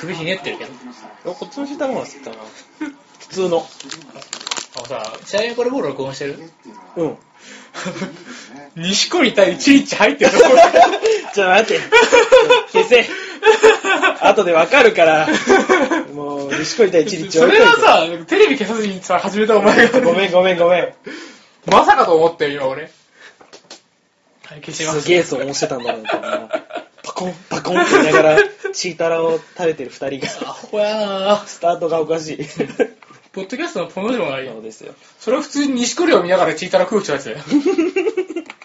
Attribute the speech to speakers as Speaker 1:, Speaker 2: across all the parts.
Speaker 1: 首ひねってるけど。
Speaker 2: こっちの下の方が好きかな。 普通の。
Speaker 1: あのさ、ちなみにこれもう録音してる
Speaker 2: うん。
Speaker 1: 錦織対チリッチ入ってるところ。
Speaker 2: ちょっと 待って。消せ。後でわかるから。もう、西堀対チリッチ
Speaker 1: それはさ、テレビ消さずにさ、始めたお前が。
Speaker 2: ごめんごめんごめん。
Speaker 1: まさかと思ってる今俺。はい、消しますす。
Speaker 2: げえそう音してたんだろうな。パコン、パコンって言いながら、チータラを食べてる二人
Speaker 1: ア
Speaker 2: が、
Speaker 1: ホやなぁ。
Speaker 2: スタートがおかしい。そ
Speaker 1: ポッドキャストのポの字もないよ。
Speaker 2: うですよ。
Speaker 1: それは普通に錦織を見ながらチータラ食う人たちだよ。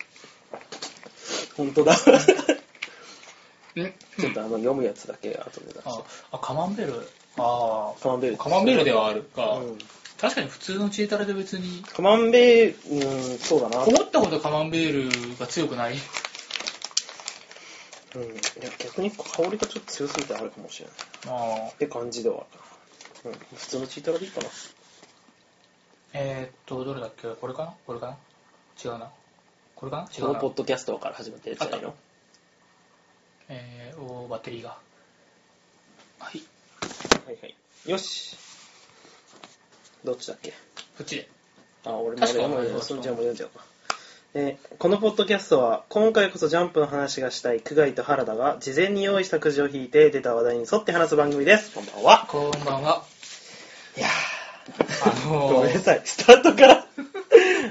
Speaker 2: 本 当だ。ち
Speaker 1: ん
Speaker 2: ょっとあの、読むやつだけ後で出して。
Speaker 1: あ、あカマンベール。あ
Speaker 2: カマンベー
Speaker 1: あ。
Speaker 2: ル。
Speaker 1: カマンベールではあるか。
Speaker 2: うん
Speaker 1: 確かに普通のチータラで別に、
Speaker 2: カマンベール、うん、そうだな。
Speaker 1: 思ったほどカマンベールが強くない。
Speaker 2: うん、いや逆に香りがちょっと強すぎてあるかもしれない。
Speaker 1: ああ
Speaker 2: って感じではあるかな。うん、普通のチータラでいいかな。
Speaker 1: えー、っと、どれだっけこれかなこれかな違うな。これかな違
Speaker 2: こ
Speaker 1: う
Speaker 2: の
Speaker 1: な
Speaker 2: ポ。ッドキャストから始まってるやつじゃないの
Speaker 1: えー、おーバッテリーが。はい。
Speaker 2: はいはい。よし。どっちだっけ
Speaker 1: こっちで。
Speaker 2: あ、俺も
Speaker 1: 確か
Speaker 2: 俺も
Speaker 1: 俺
Speaker 2: 俺
Speaker 1: も
Speaker 2: もそれじゃあもう読んじゃおうか。えーこのポッドキャストは今回こそジャンプの話がしたい久我井と原田が事前に用意したくじを引いて出た話題に沿って話す番組ですこんばんは
Speaker 1: こんばんは。
Speaker 2: いや
Speaker 1: あのー
Speaker 2: ごめんなさいスター トから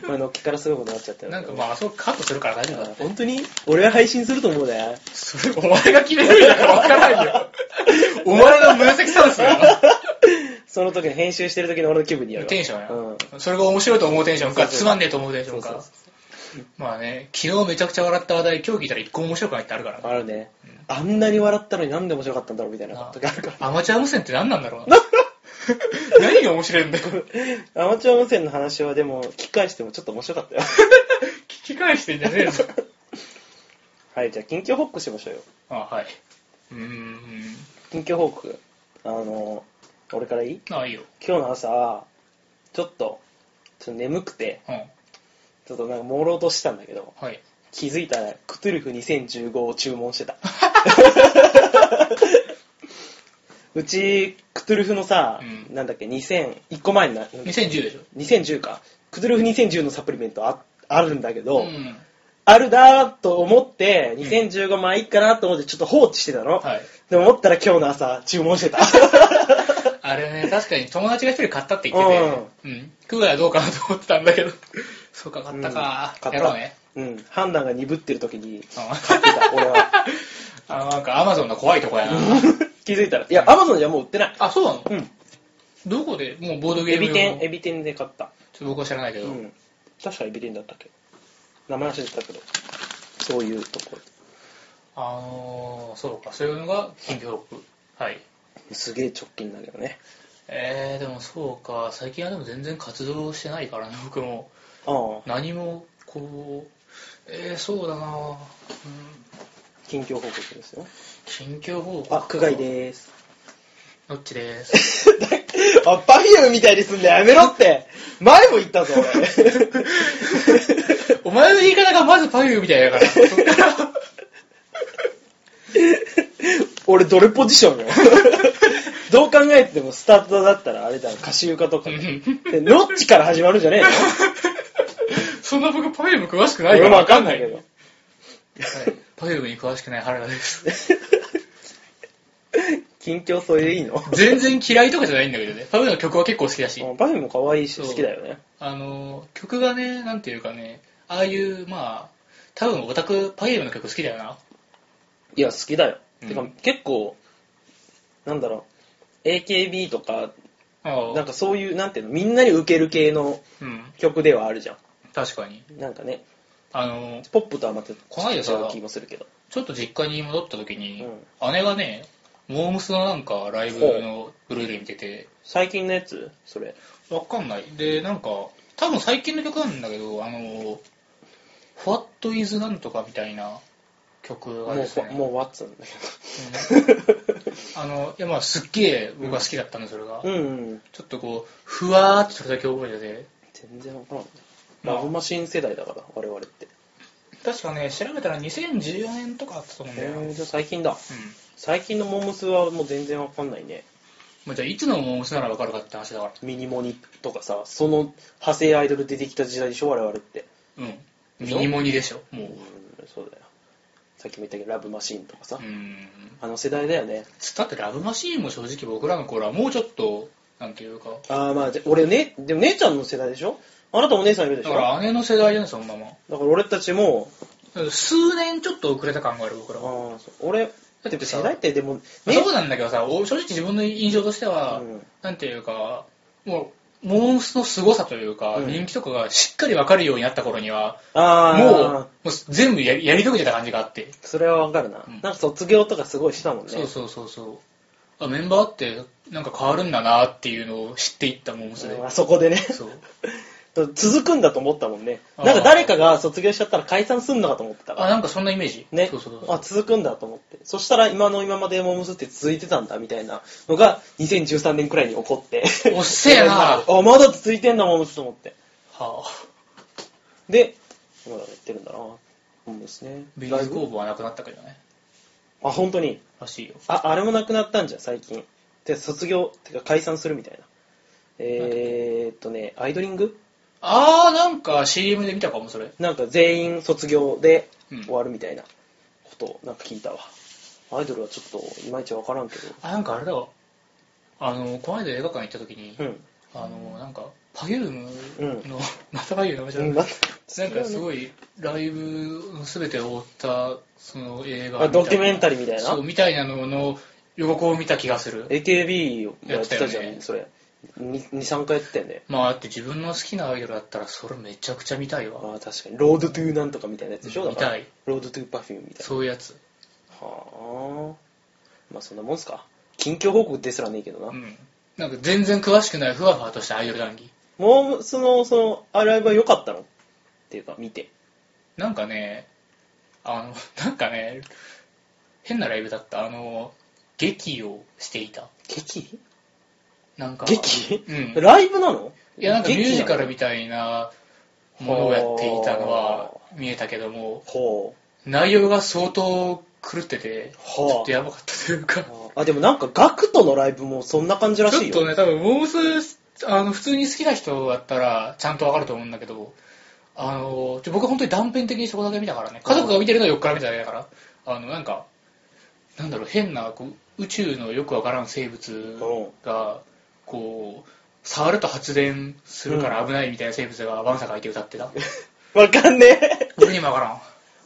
Speaker 2: 俺のっけからすごいことになっちゃったよ
Speaker 1: なんかまあ、あそこカットするから大丈夫だって。
Speaker 2: 本当に俺は配信すると思うね
Speaker 1: それ、お前が決めるんだからわからない よ。お前の紫サウスが。
Speaker 2: その時の編集してる時の俺の気分によるわ
Speaker 1: テンションや、
Speaker 2: うん
Speaker 1: それが面白いと思うテンションか、
Speaker 2: そうそう
Speaker 1: つまんねえと思うテンション
Speaker 2: そうそう
Speaker 1: か。まあね、昨日めちゃくちゃ笑った話題、今日聞いたら一個も面白くないってあるからな。
Speaker 2: あるねあんなに笑ったのになんで面白かったんだろうみたいな
Speaker 1: な
Speaker 2: 時あるから
Speaker 1: アマチュア無線って何なんだろう な。何が面白いんだよ。聞
Speaker 2: アマチュア無線の話はでも聞き返してもちょっと面白かったよ
Speaker 1: き返してんじゃねえぞ。
Speaker 2: はいじゃあ近況報告しましょうよ
Speaker 1: あ、はい。うーん。
Speaker 2: 近況報告あの俺からいい
Speaker 1: あ、いいよ。
Speaker 2: 今日の朝ちょっとちょっと眠くて
Speaker 1: うん。
Speaker 2: ちょっとなんか朦朧としてたんだけど
Speaker 1: はい。
Speaker 2: 気づいたらクトゥルフ2015を注文 してたうちクトゥルフのさ、
Speaker 1: うん
Speaker 2: なんだっけ2000 1個前にな
Speaker 1: 2010でしょ。
Speaker 2: 2010かクトゥルフ2010のサプリメントああるんだけど、
Speaker 1: ん。
Speaker 2: あるなーと思って2015まあいいかなと思ってちょっと放置してたの、
Speaker 1: はい。
Speaker 2: でも思ったら今日の朝注文 してた
Speaker 1: あれね、確かに友達が一人買ったって言ってて、うん。クーラーどうかなと思ってたんだけど、 そうか、買ったか。
Speaker 2: うん買った
Speaker 1: やろうね。
Speaker 2: うん判断が鈍ってる時
Speaker 1: う
Speaker 2: に
Speaker 1: ん
Speaker 2: 買ってた俺は
Speaker 1: あなんかアマゾンの怖いとこやな。
Speaker 2: 気づいたらいやアマゾンじゃもう売ってない
Speaker 1: あ、そうなの
Speaker 2: うん
Speaker 1: どこでもうボードゲ
Speaker 2: エ
Speaker 1: ーム
Speaker 2: ビ
Speaker 1: 用
Speaker 2: 天
Speaker 1: の
Speaker 2: エビ天で買った
Speaker 1: ちょっと僕は知らないけど、
Speaker 2: うん、確かエビリンだったっけ名前忘れてたけどそういうとこ
Speaker 1: あのー、そうか、そういうのが近況報告。はい。
Speaker 2: ろすげえ直近だけどね
Speaker 1: えー、でもそうか、最近はでも全然活動してないからね、僕も。
Speaker 2: ああ
Speaker 1: 何も、こう、えー、そうだなぁ、うん、
Speaker 2: 近況報告ですよ
Speaker 1: 近況報告。
Speaker 2: あ区外。でーす
Speaker 1: どっちでーす。
Speaker 2: あパフィウみたいにすんのやめろって前 も言ったぞ俺
Speaker 1: お前の言い方がまずパフューみたいだから。
Speaker 2: 俺どれポジションよ どう考えてもスタートだったらあれだろ歌詞床とかでノッチから始まるんじゃねえの
Speaker 1: そんな僕パフューム詳しくないか
Speaker 2: 俺
Speaker 1: ら
Speaker 2: もわかんないけど
Speaker 1: はいパフュームに詳しくない原田です。
Speaker 2: 近況それでいいの
Speaker 1: 全然嫌いとかじゃないんだけどね。パフュームの曲は結構好きだし。
Speaker 2: パフィウも可愛いし
Speaker 1: そう
Speaker 2: 好きだよね
Speaker 1: あの曲がねなんていうかねああいうまあ多分オタクパイエムの曲好きだよない
Speaker 2: や、好きだよ。
Speaker 1: うん
Speaker 2: てか、結構、なんだろう、AKB とか、
Speaker 1: ああ
Speaker 2: なんかそういう、なんていうの、みんなに受ける系の
Speaker 1: うん
Speaker 2: 曲ではあるじゃ
Speaker 1: 確かに
Speaker 2: ん。なんかね、
Speaker 1: あの
Speaker 2: ポップとはまた
Speaker 1: こないださ
Speaker 2: 違う気もするけど。
Speaker 1: ちょっと実家に戻った時に、
Speaker 2: う
Speaker 1: 姉がねモームスのなんかライブのブルーレイ見てて
Speaker 2: 最近のやつそれ。
Speaker 1: わかんないでなんか多分最近の曲なんだけどあの「What is なんとか」みたいな曲
Speaker 2: も
Speaker 1: が
Speaker 2: う
Speaker 1: ですね、
Speaker 2: もう、ワッツなんだ
Speaker 1: あのいやまあすっげえ僕は好きだったんでそれが、
Speaker 2: けど。うん、うん。
Speaker 1: ちょっとこうふわーっとそれだけ覚えてて
Speaker 2: 全然わからん。
Speaker 1: まあ
Speaker 2: ラブマシン世代だから、我々って。
Speaker 1: 確かね、調べたら2014年とかあったと思うんだ
Speaker 2: え
Speaker 1: よな。うん
Speaker 2: ー、じゃあ最近だ。。最近のモームスはもう全然わかんないね
Speaker 1: まあ、じゃあいつのモームスなら分かるかって話だから
Speaker 2: ミニモニとかさその派生アイドル出てきた時代でしょ我々って
Speaker 1: うん
Speaker 2: で
Speaker 1: ミ
Speaker 2: しょ
Speaker 1: ニモニでしょもう
Speaker 2: うんそうだよさっきも言ったけどラブマシーンとかさ、
Speaker 1: うん
Speaker 2: あの世代だよね
Speaker 1: だってラブマシーンも正直僕らの頃はもうちょっとなんていうか
Speaker 2: ああまあじゃ俺ねでも姉ちゃんの世代でしょあなたお姉さんいるで
Speaker 1: だ
Speaker 2: しょ
Speaker 1: か
Speaker 2: だから
Speaker 1: 姉の世代じゃんそのまま
Speaker 2: ら俺たちも
Speaker 1: 数年ちょっと遅れた感がある僕
Speaker 2: あ
Speaker 1: らは
Speaker 2: ーそう俺
Speaker 1: だって
Speaker 2: 世
Speaker 1: さ
Speaker 2: 代ってでも
Speaker 1: まあ
Speaker 2: ね
Speaker 1: そうなんだけどさお正直自分の印象としては、
Speaker 2: うん
Speaker 1: なんていうかもうモームスの凄さというか、
Speaker 2: うん
Speaker 1: 人気とかがしっかり分かるようになった頃にはもうも
Speaker 2: ああ
Speaker 1: う全部やりやり遂げてた感じがあって、
Speaker 2: それはわかるな、
Speaker 1: うん
Speaker 2: なんか卒業とかすごいしたもんね
Speaker 1: そうそうそうそうあメンバーってなんか変わるんだなっていうのを知っていったモームスで、
Speaker 2: うんあそこでね
Speaker 1: そう
Speaker 2: 続くんだと思ったもんね
Speaker 1: あー
Speaker 2: なんか誰かが卒業しちゃったら解散すんのかと思ってたか
Speaker 1: あ
Speaker 2: ら
Speaker 1: なんかそんなイメージ
Speaker 2: ね
Speaker 1: そうそうそう
Speaker 2: あ続くんだと思ってそしたら今の今までモームスって続いてたんだみたいなのが2013年くらいに起こって
Speaker 1: おっせえな
Speaker 2: あまだ続いてんだモームスと思って
Speaker 1: はあ
Speaker 2: で、まだやってるんだな。うんですね。
Speaker 1: ビーズ工房はなくなったけどね
Speaker 2: あ、本当に。
Speaker 1: らしいよ
Speaker 2: あ、あれもなくなったんじゃん、最近。で、卒業、てか解散するみたいな。えー、っとね、アイドリング
Speaker 1: あーなんか CM で見たかもそれ
Speaker 2: なんか全員卒業で
Speaker 1: うん
Speaker 2: 終わるみたいなことをなんか聞いたわ。アイドルはちょっといまいちわからんけど。
Speaker 1: あなんかあれだわあのこの間映画館行った時に、
Speaker 2: うん。
Speaker 1: あのなんかパギュルム
Speaker 2: うん
Speaker 1: の、またパギュルムの名
Speaker 2: う
Speaker 1: 前
Speaker 2: んな
Speaker 1: だ
Speaker 2: ん
Speaker 1: なんかすごいライブの全てを覆ったその映画
Speaker 2: あドキュメンタリーみたいな
Speaker 1: そうみたいなのの予告を見た気がする
Speaker 2: AKB をやってたじゃん、
Speaker 1: やってたよね
Speaker 2: それ。2、3回やってたよね。
Speaker 1: まあだって自分の好きなアイドルだったらそれめちゃくちゃ見たいわ
Speaker 2: ああ、確かに。ロードトゥーなんとかみたいなやつでしょ、
Speaker 1: うん
Speaker 2: だから
Speaker 1: 見たい
Speaker 2: ロードトゥーパフュームみたいな。
Speaker 1: そういうやつ
Speaker 2: はあまあそんなもんすか近況報告ですらねえけどな、
Speaker 1: うんなんか全然詳しくないふわふわとしたアイドル談義
Speaker 2: もうそのそのあライブは良かったのっていうか見て
Speaker 1: なんかね、あの、 なんかね、変なライブだった。あの、劇をしていた。
Speaker 2: 劇
Speaker 1: なんか、
Speaker 2: 劇、
Speaker 1: うん。
Speaker 2: ライブなの
Speaker 1: いや、なんかミュ
Speaker 2: 劇
Speaker 1: ージカルみたいなものをやっていたのは
Speaker 2: ほ
Speaker 1: 見えたけども、
Speaker 2: ほう
Speaker 1: 内容が相当狂ってて、ちょ
Speaker 2: は
Speaker 1: っとやばかったというか、
Speaker 2: ああでもなんかガクトのライブもそんな感じら
Speaker 1: ち
Speaker 2: し
Speaker 1: ょ
Speaker 2: い
Speaker 1: っ
Speaker 2: よ
Speaker 1: とね、多分、モース、あの、普通に好きな人だったら、ちゃんとわかると思うんだけど、あの、ちょ僕は本当に断片的にそこだけ見たからね、家族が見てるのは横から見ただけだから、あの、なんか、なんだろう、変な、こう宇宙のよくわからん生物が、こう、触ると発電するから危ないみたいな生物がわんさかいて歌ってた。
Speaker 2: わかんね
Speaker 1: 僕にもわからん。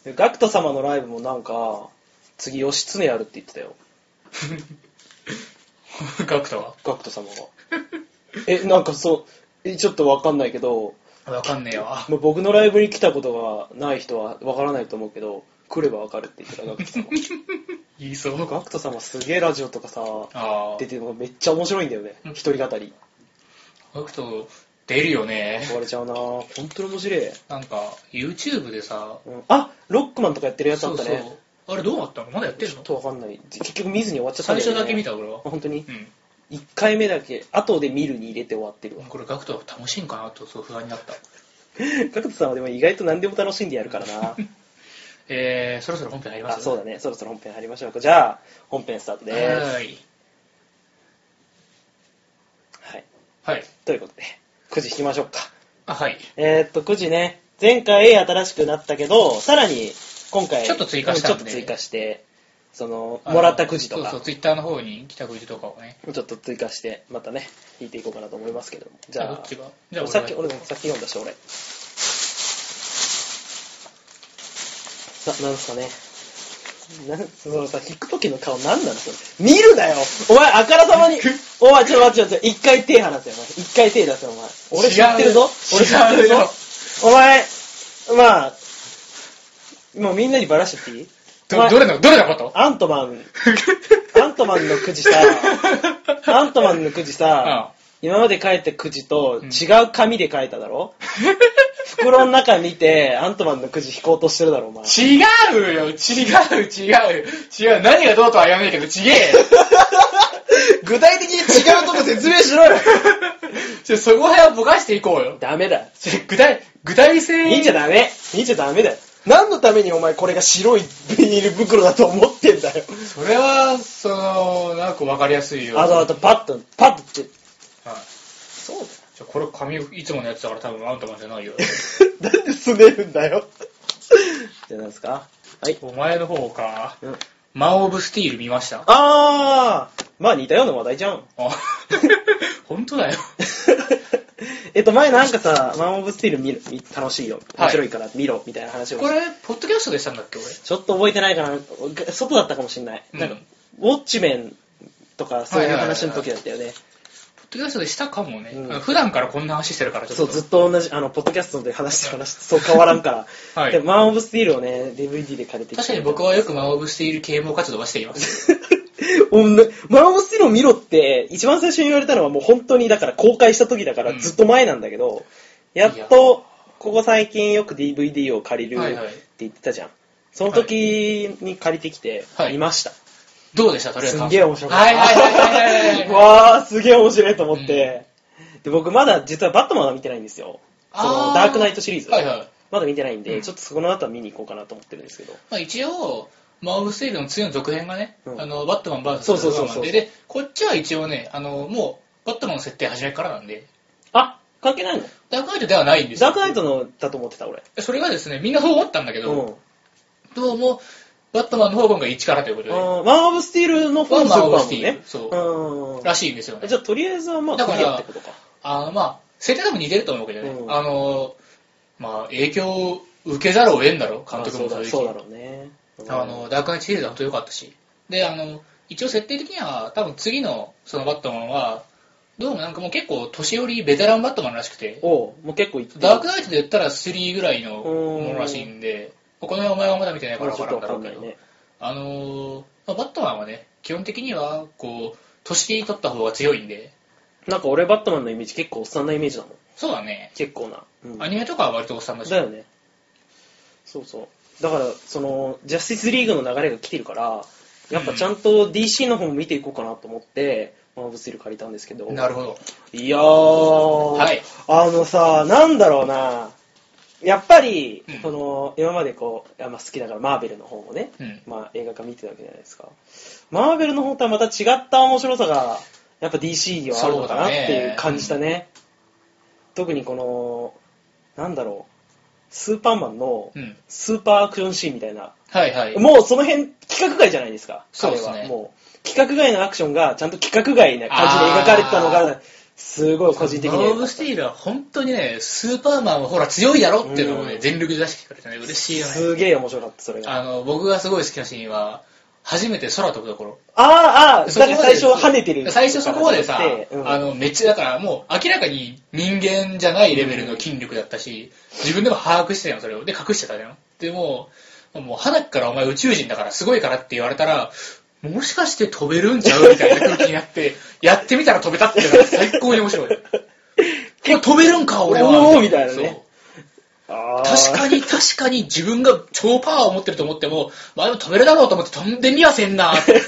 Speaker 2: えガクト様のライブもなんか次義経やるって言ってたよ
Speaker 1: ガクト
Speaker 2: ガクト 様がえなんかそうえちょっとわかんないけど
Speaker 1: は。わかんねえわ。
Speaker 2: まあ、僕のライブに来たことがない人はわからないと思うけど来ればわかるって言ってたガク ト様
Speaker 1: 言いそう。
Speaker 2: ガクト様すげえラジオとかさ
Speaker 1: あ
Speaker 2: 出てるのがめっちゃ面白いんだよね
Speaker 1: うん
Speaker 2: 一人語り
Speaker 1: あ。ガクト、出るよね。
Speaker 2: 壊れちゃうなぁ本当に面白い、
Speaker 1: なんか、YouTube でさ、
Speaker 2: うん、あロックマンとかやってるやつあ
Speaker 1: そ
Speaker 2: っ
Speaker 1: う
Speaker 2: たね
Speaker 1: そうあれどうなったのまだやってる
Speaker 2: ちょ
Speaker 1: の
Speaker 2: っとわかんない結局見ずに終わっちゃったん
Speaker 1: 最
Speaker 2: だよ
Speaker 1: 初
Speaker 2: ね
Speaker 1: だけ見
Speaker 2: あ
Speaker 1: た俺は
Speaker 2: 本当に
Speaker 1: うん
Speaker 2: 1回目だけ後で見るに入れて終わって るわ
Speaker 1: これガクトは楽しいんかなとそう不安になった
Speaker 2: 角田さんはでも意外と何でも楽しんでやるか らな
Speaker 1: えー、そろそろ本編入りま
Speaker 2: あ
Speaker 1: す
Speaker 2: そうだねそろそろ本編入りましょうかじゃあ本編スタートです
Speaker 1: はーい
Speaker 2: はい、
Speaker 1: はい
Speaker 2: ということでくじ引きましょうか
Speaker 1: あはい
Speaker 2: えーっと、くじね、前回新しくなったけど、さらに今回、
Speaker 1: ちょっと追加したんで
Speaker 2: うんちょっと追加して、その、
Speaker 1: あの
Speaker 2: もらったくじと
Speaker 1: そうそ
Speaker 2: か
Speaker 1: う、ツイッターの方に来たくじとかをね
Speaker 2: ちょっと追加して、またね、引いていこうかなと思いますけども。じゃ
Speaker 1: ど
Speaker 2: あ
Speaker 1: っ、ちがじゃあ
Speaker 2: さっき、
Speaker 1: 俺
Speaker 2: 俺
Speaker 1: が
Speaker 2: もさっき読んだし、俺。な、なんすかね。なんそのさ、引く時の顔なんなのそれ。見るなよお前、あからさまに、お前、ちょっと待って、ちょっと待って、一回手離せよ、お前。一回手出せよ、お前。俺知ってる
Speaker 1: 違う
Speaker 2: ぞ
Speaker 1: よ
Speaker 2: 俺知ってる
Speaker 1: 違う
Speaker 2: ぞ
Speaker 1: よ
Speaker 2: お前、まあ、もうみんなにバラしちゃっていいお前
Speaker 1: どどれのどれの こと
Speaker 2: アントマン、アントマンの くじさ、アントマンのくじさ、今まで書いたくじと
Speaker 1: うん
Speaker 2: 違う紙で書いただろ、袋の中見てアントマンのくじ引こうとしてるだろ、お前。
Speaker 1: 違うよ違う違う違う何がどうとは言わないけどちげえ よ
Speaker 2: 具体的に違うとこ説明しろよ
Speaker 1: ちょそこら辺はぼかしていこうよ
Speaker 2: ダメだ。
Speaker 1: ちょ具体具体性
Speaker 2: 見ちゃダメ見ちゃダメだよ。何のためにお前これが白いビニール袋だと思ってんだよ。
Speaker 1: それは、その、なんかわかりやすいよ。
Speaker 2: あとあ
Speaker 1: はい。
Speaker 2: とパッと、パッとって。そう
Speaker 1: じゃあこれ紙、いつものやつだから多分アウトマンじゃないよ。
Speaker 2: だ よ。なんですねるんだよ。じゃないですか。はい。
Speaker 1: お前の方か。
Speaker 2: うん
Speaker 1: マン・オブ・スティール見ま した
Speaker 2: あーまあ似たような話題 じゃん。
Speaker 1: あ本当だよ。
Speaker 2: えっと、前なんかさ、マン・オブ・スティール見る見楽しいよ。
Speaker 1: はい
Speaker 2: 面白いから見ろ、みたいな話を。
Speaker 1: これ、ポッドキャストでしたんだっけ、俺。
Speaker 2: ちょっと覚えてないかな。外だったかもしんない。なんか、
Speaker 1: うん
Speaker 2: ウォッチメンとか、そういう話の時だったよね。
Speaker 1: ポッドキャストでしたかもね。
Speaker 2: うん
Speaker 1: 普段からこんな話してるから、ちょっ
Speaker 2: そ
Speaker 1: と。
Speaker 2: う、ずっと同じ、あの、ポッドキャストで話して話して、そう変わらんから。
Speaker 1: はい
Speaker 2: で、マン・オブ・スティールをね、DVD で借りてきて
Speaker 1: 確かに僕はよくマン・オブ・スティール啓蒙活動はしています。
Speaker 2: おんなマン・オブ・スティールを見ろって、一番最初に言われたのはもう本当に、だから公開した時だか
Speaker 1: う
Speaker 2: ら
Speaker 1: ん
Speaker 2: ずっと前なんだけど、やっ
Speaker 1: いや
Speaker 2: と、ここ最近よく DVD を借りるっ
Speaker 1: はい
Speaker 2: て
Speaker 1: はい
Speaker 2: 言ってたじゃん。その時に借りてきて
Speaker 1: はい、
Speaker 2: 見ました。
Speaker 1: どうでしたとりあえず。
Speaker 2: すんげえ面白かった。
Speaker 1: はいはいはい はいはいはい。
Speaker 2: わー、すげえ面白いと思って。で、僕まだ実はバットマンは見てないんですよ。そ
Speaker 1: あ
Speaker 2: のダークナイトシリーズ。
Speaker 1: はいはい。
Speaker 2: まだ見てないんで、
Speaker 1: うん
Speaker 2: ちょっとその後は見に行こうかなと思ってるんですけど。
Speaker 1: まあ、一応、マン・オブ・スティールの次の続編がね、
Speaker 2: うん
Speaker 1: あのバットマン VS バー
Speaker 2: そうそうそう
Speaker 1: マ
Speaker 2: そう
Speaker 1: ンで、で、こっちは一応ね、あのもう、バットマンの設定始めからなんで、
Speaker 2: あ、関係ないの
Speaker 1: ダークナイトではないんですよ
Speaker 2: ダークナイトのだと思ってた俺。
Speaker 1: それがですね、みんなそう思ったんだけ
Speaker 2: う
Speaker 1: ど、
Speaker 2: ん。
Speaker 1: どうも、バットマンの方が1からということで、
Speaker 2: あーマン・オブ・スティールのファン
Speaker 1: マンオブ
Speaker 2: も
Speaker 1: スティー
Speaker 2: ね
Speaker 1: ル。そう
Speaker 2: う
Speaker 1: らしいんですよ
Speaker 2: ん。
Speaker 1: ね
Speaker 2: じ。ゃあ、とりあえずはまあ、
Speaker 1: だか
Speaker 2: ク
Speaker 1: ら
Speaker 2: リアってことか。
Speaker 1: あの、まあ、設定多分似てると思うけどね、
Speaker 2: うん
Speaker 1: あの、まあ、影響を受けざるを得んだろ、監督も
Speaker 2: まあそうだ
Speaker 1: 最近
Speaker 2: そうだろうね。
Speaker 1: あの、ダークナイトシリーズは本当良かったし。で、あの、一応設定的には、多分次のそのバットマンは、どうもなんかもう結構年寄りベテランバットマンらしくて、
Speaker 2: おうもう結構いって
Speaker 1: ダーク
Speaker 2: ナイ
Speaker 1: ナイトで言ったら3ぐらいのものらしいんで、この辺お前はまだ見てないから分
Speaker 2: ちょ
Speaker 1: か
Speaker 2: っ
Speaker 1: ら
Speaker 2: と
Speaker 1: ん
Speaker 2: わ
Speaker 1: だ
Speaker 2: か
Speaker 1: ろうんけ
Speaker 2: ない
Speaker 1: ど、
Speaker 2: ね。
Speaker 1: あの、まあバットマンはね、基本的には、こう、年に取った方が強いんで、
Speaker 2: なんか俺、バットマンのイメージ結構おっさんなイメージだもん。
Speaker 1: そうだね、
Speaker 2: 結構な。うん
Speaker 1: アニメとかは割とおっさんだし、
Speaker 2: だよね。そうそう。だから、その、ジャスティスリーグの流れが来てるから、やっぱちゃんと DC の方も見ていこうかなと思って、マン・オブ・スティール借りたんですけど。
Speaker 1: なるほど。、
Speaker 2: いやー、はいあのさ、なんだろうな、やっぱり、
Speaker 1: うん
Speaker 2: その今までこう、あまあ、好きだからマーベルの方もね、
Speaker 1: うん
Speaker 2: まあ、映画化見てたわけじゃないですか。マーベルの方とはまた違った面白さが、やっぱ DC にはあるのかなっていう感じたね。特にこの、なんだろう、スーパーマンの
Speaker 1: うん。
Speaker 2: スーパーアクションシーンみたいな、
Speaker 1: はいはい。
Speaker 2: もうその辺、規格外じゃないですか、
Speaker 1: そう
Speaker 2: 彼
Speaker 1: ですね
Speaker 2: は。もう、規格外のアクションが、ちゃんと規格外な感じで描かれてたの
Speaker 1: あー
Speaker 2: が、すごい個人的
Speaker 1: マンオブ・
Speaker 2: に。
Speaker 1: スティールは本当にね、スーパーマンはほら強いだろっていうのをね、
Speaker 2: うん
Speaker 1: 全力で出してきてくれてね、嬉しいよね。
Speaker 2: すげえ面白かった、それが。あー
Speaker 1: あの、僕がすごい好きなシーンは、初めて空飛ぶところ。
Speaker 2: あー、
Speaker 1: そこ
Speaker 2: だ
Speaker 1: ま
Speaker 2: か
Speaker 1: で
Speaker 2: ら最初跳ねてる。
Speaker 1: 最初そこまでさ、
Speaker 2: うん
Speaker 1: あの、めっちゃ、だからもう明らかに人間じゃないレベルの筋力だったし、自分でも把握してたよ、それを。で、隠してたじゃん。でもう、もう、花からお前宇宙人だからすごいからって言われたら、もしかして飛べるんちゃうみたいな空気にな って、やってみたら飛べたっていうのが最高に面白い。飛べるんか、俺は。
Speaker 2: おーみたいなね
Speaker 1: そう
Speaker 2: あー
Speaker 1: 確かに、確かに自分が超パワーを持ってると思っても、まあでも飛べるだろうと思って飛んでみはせんなって。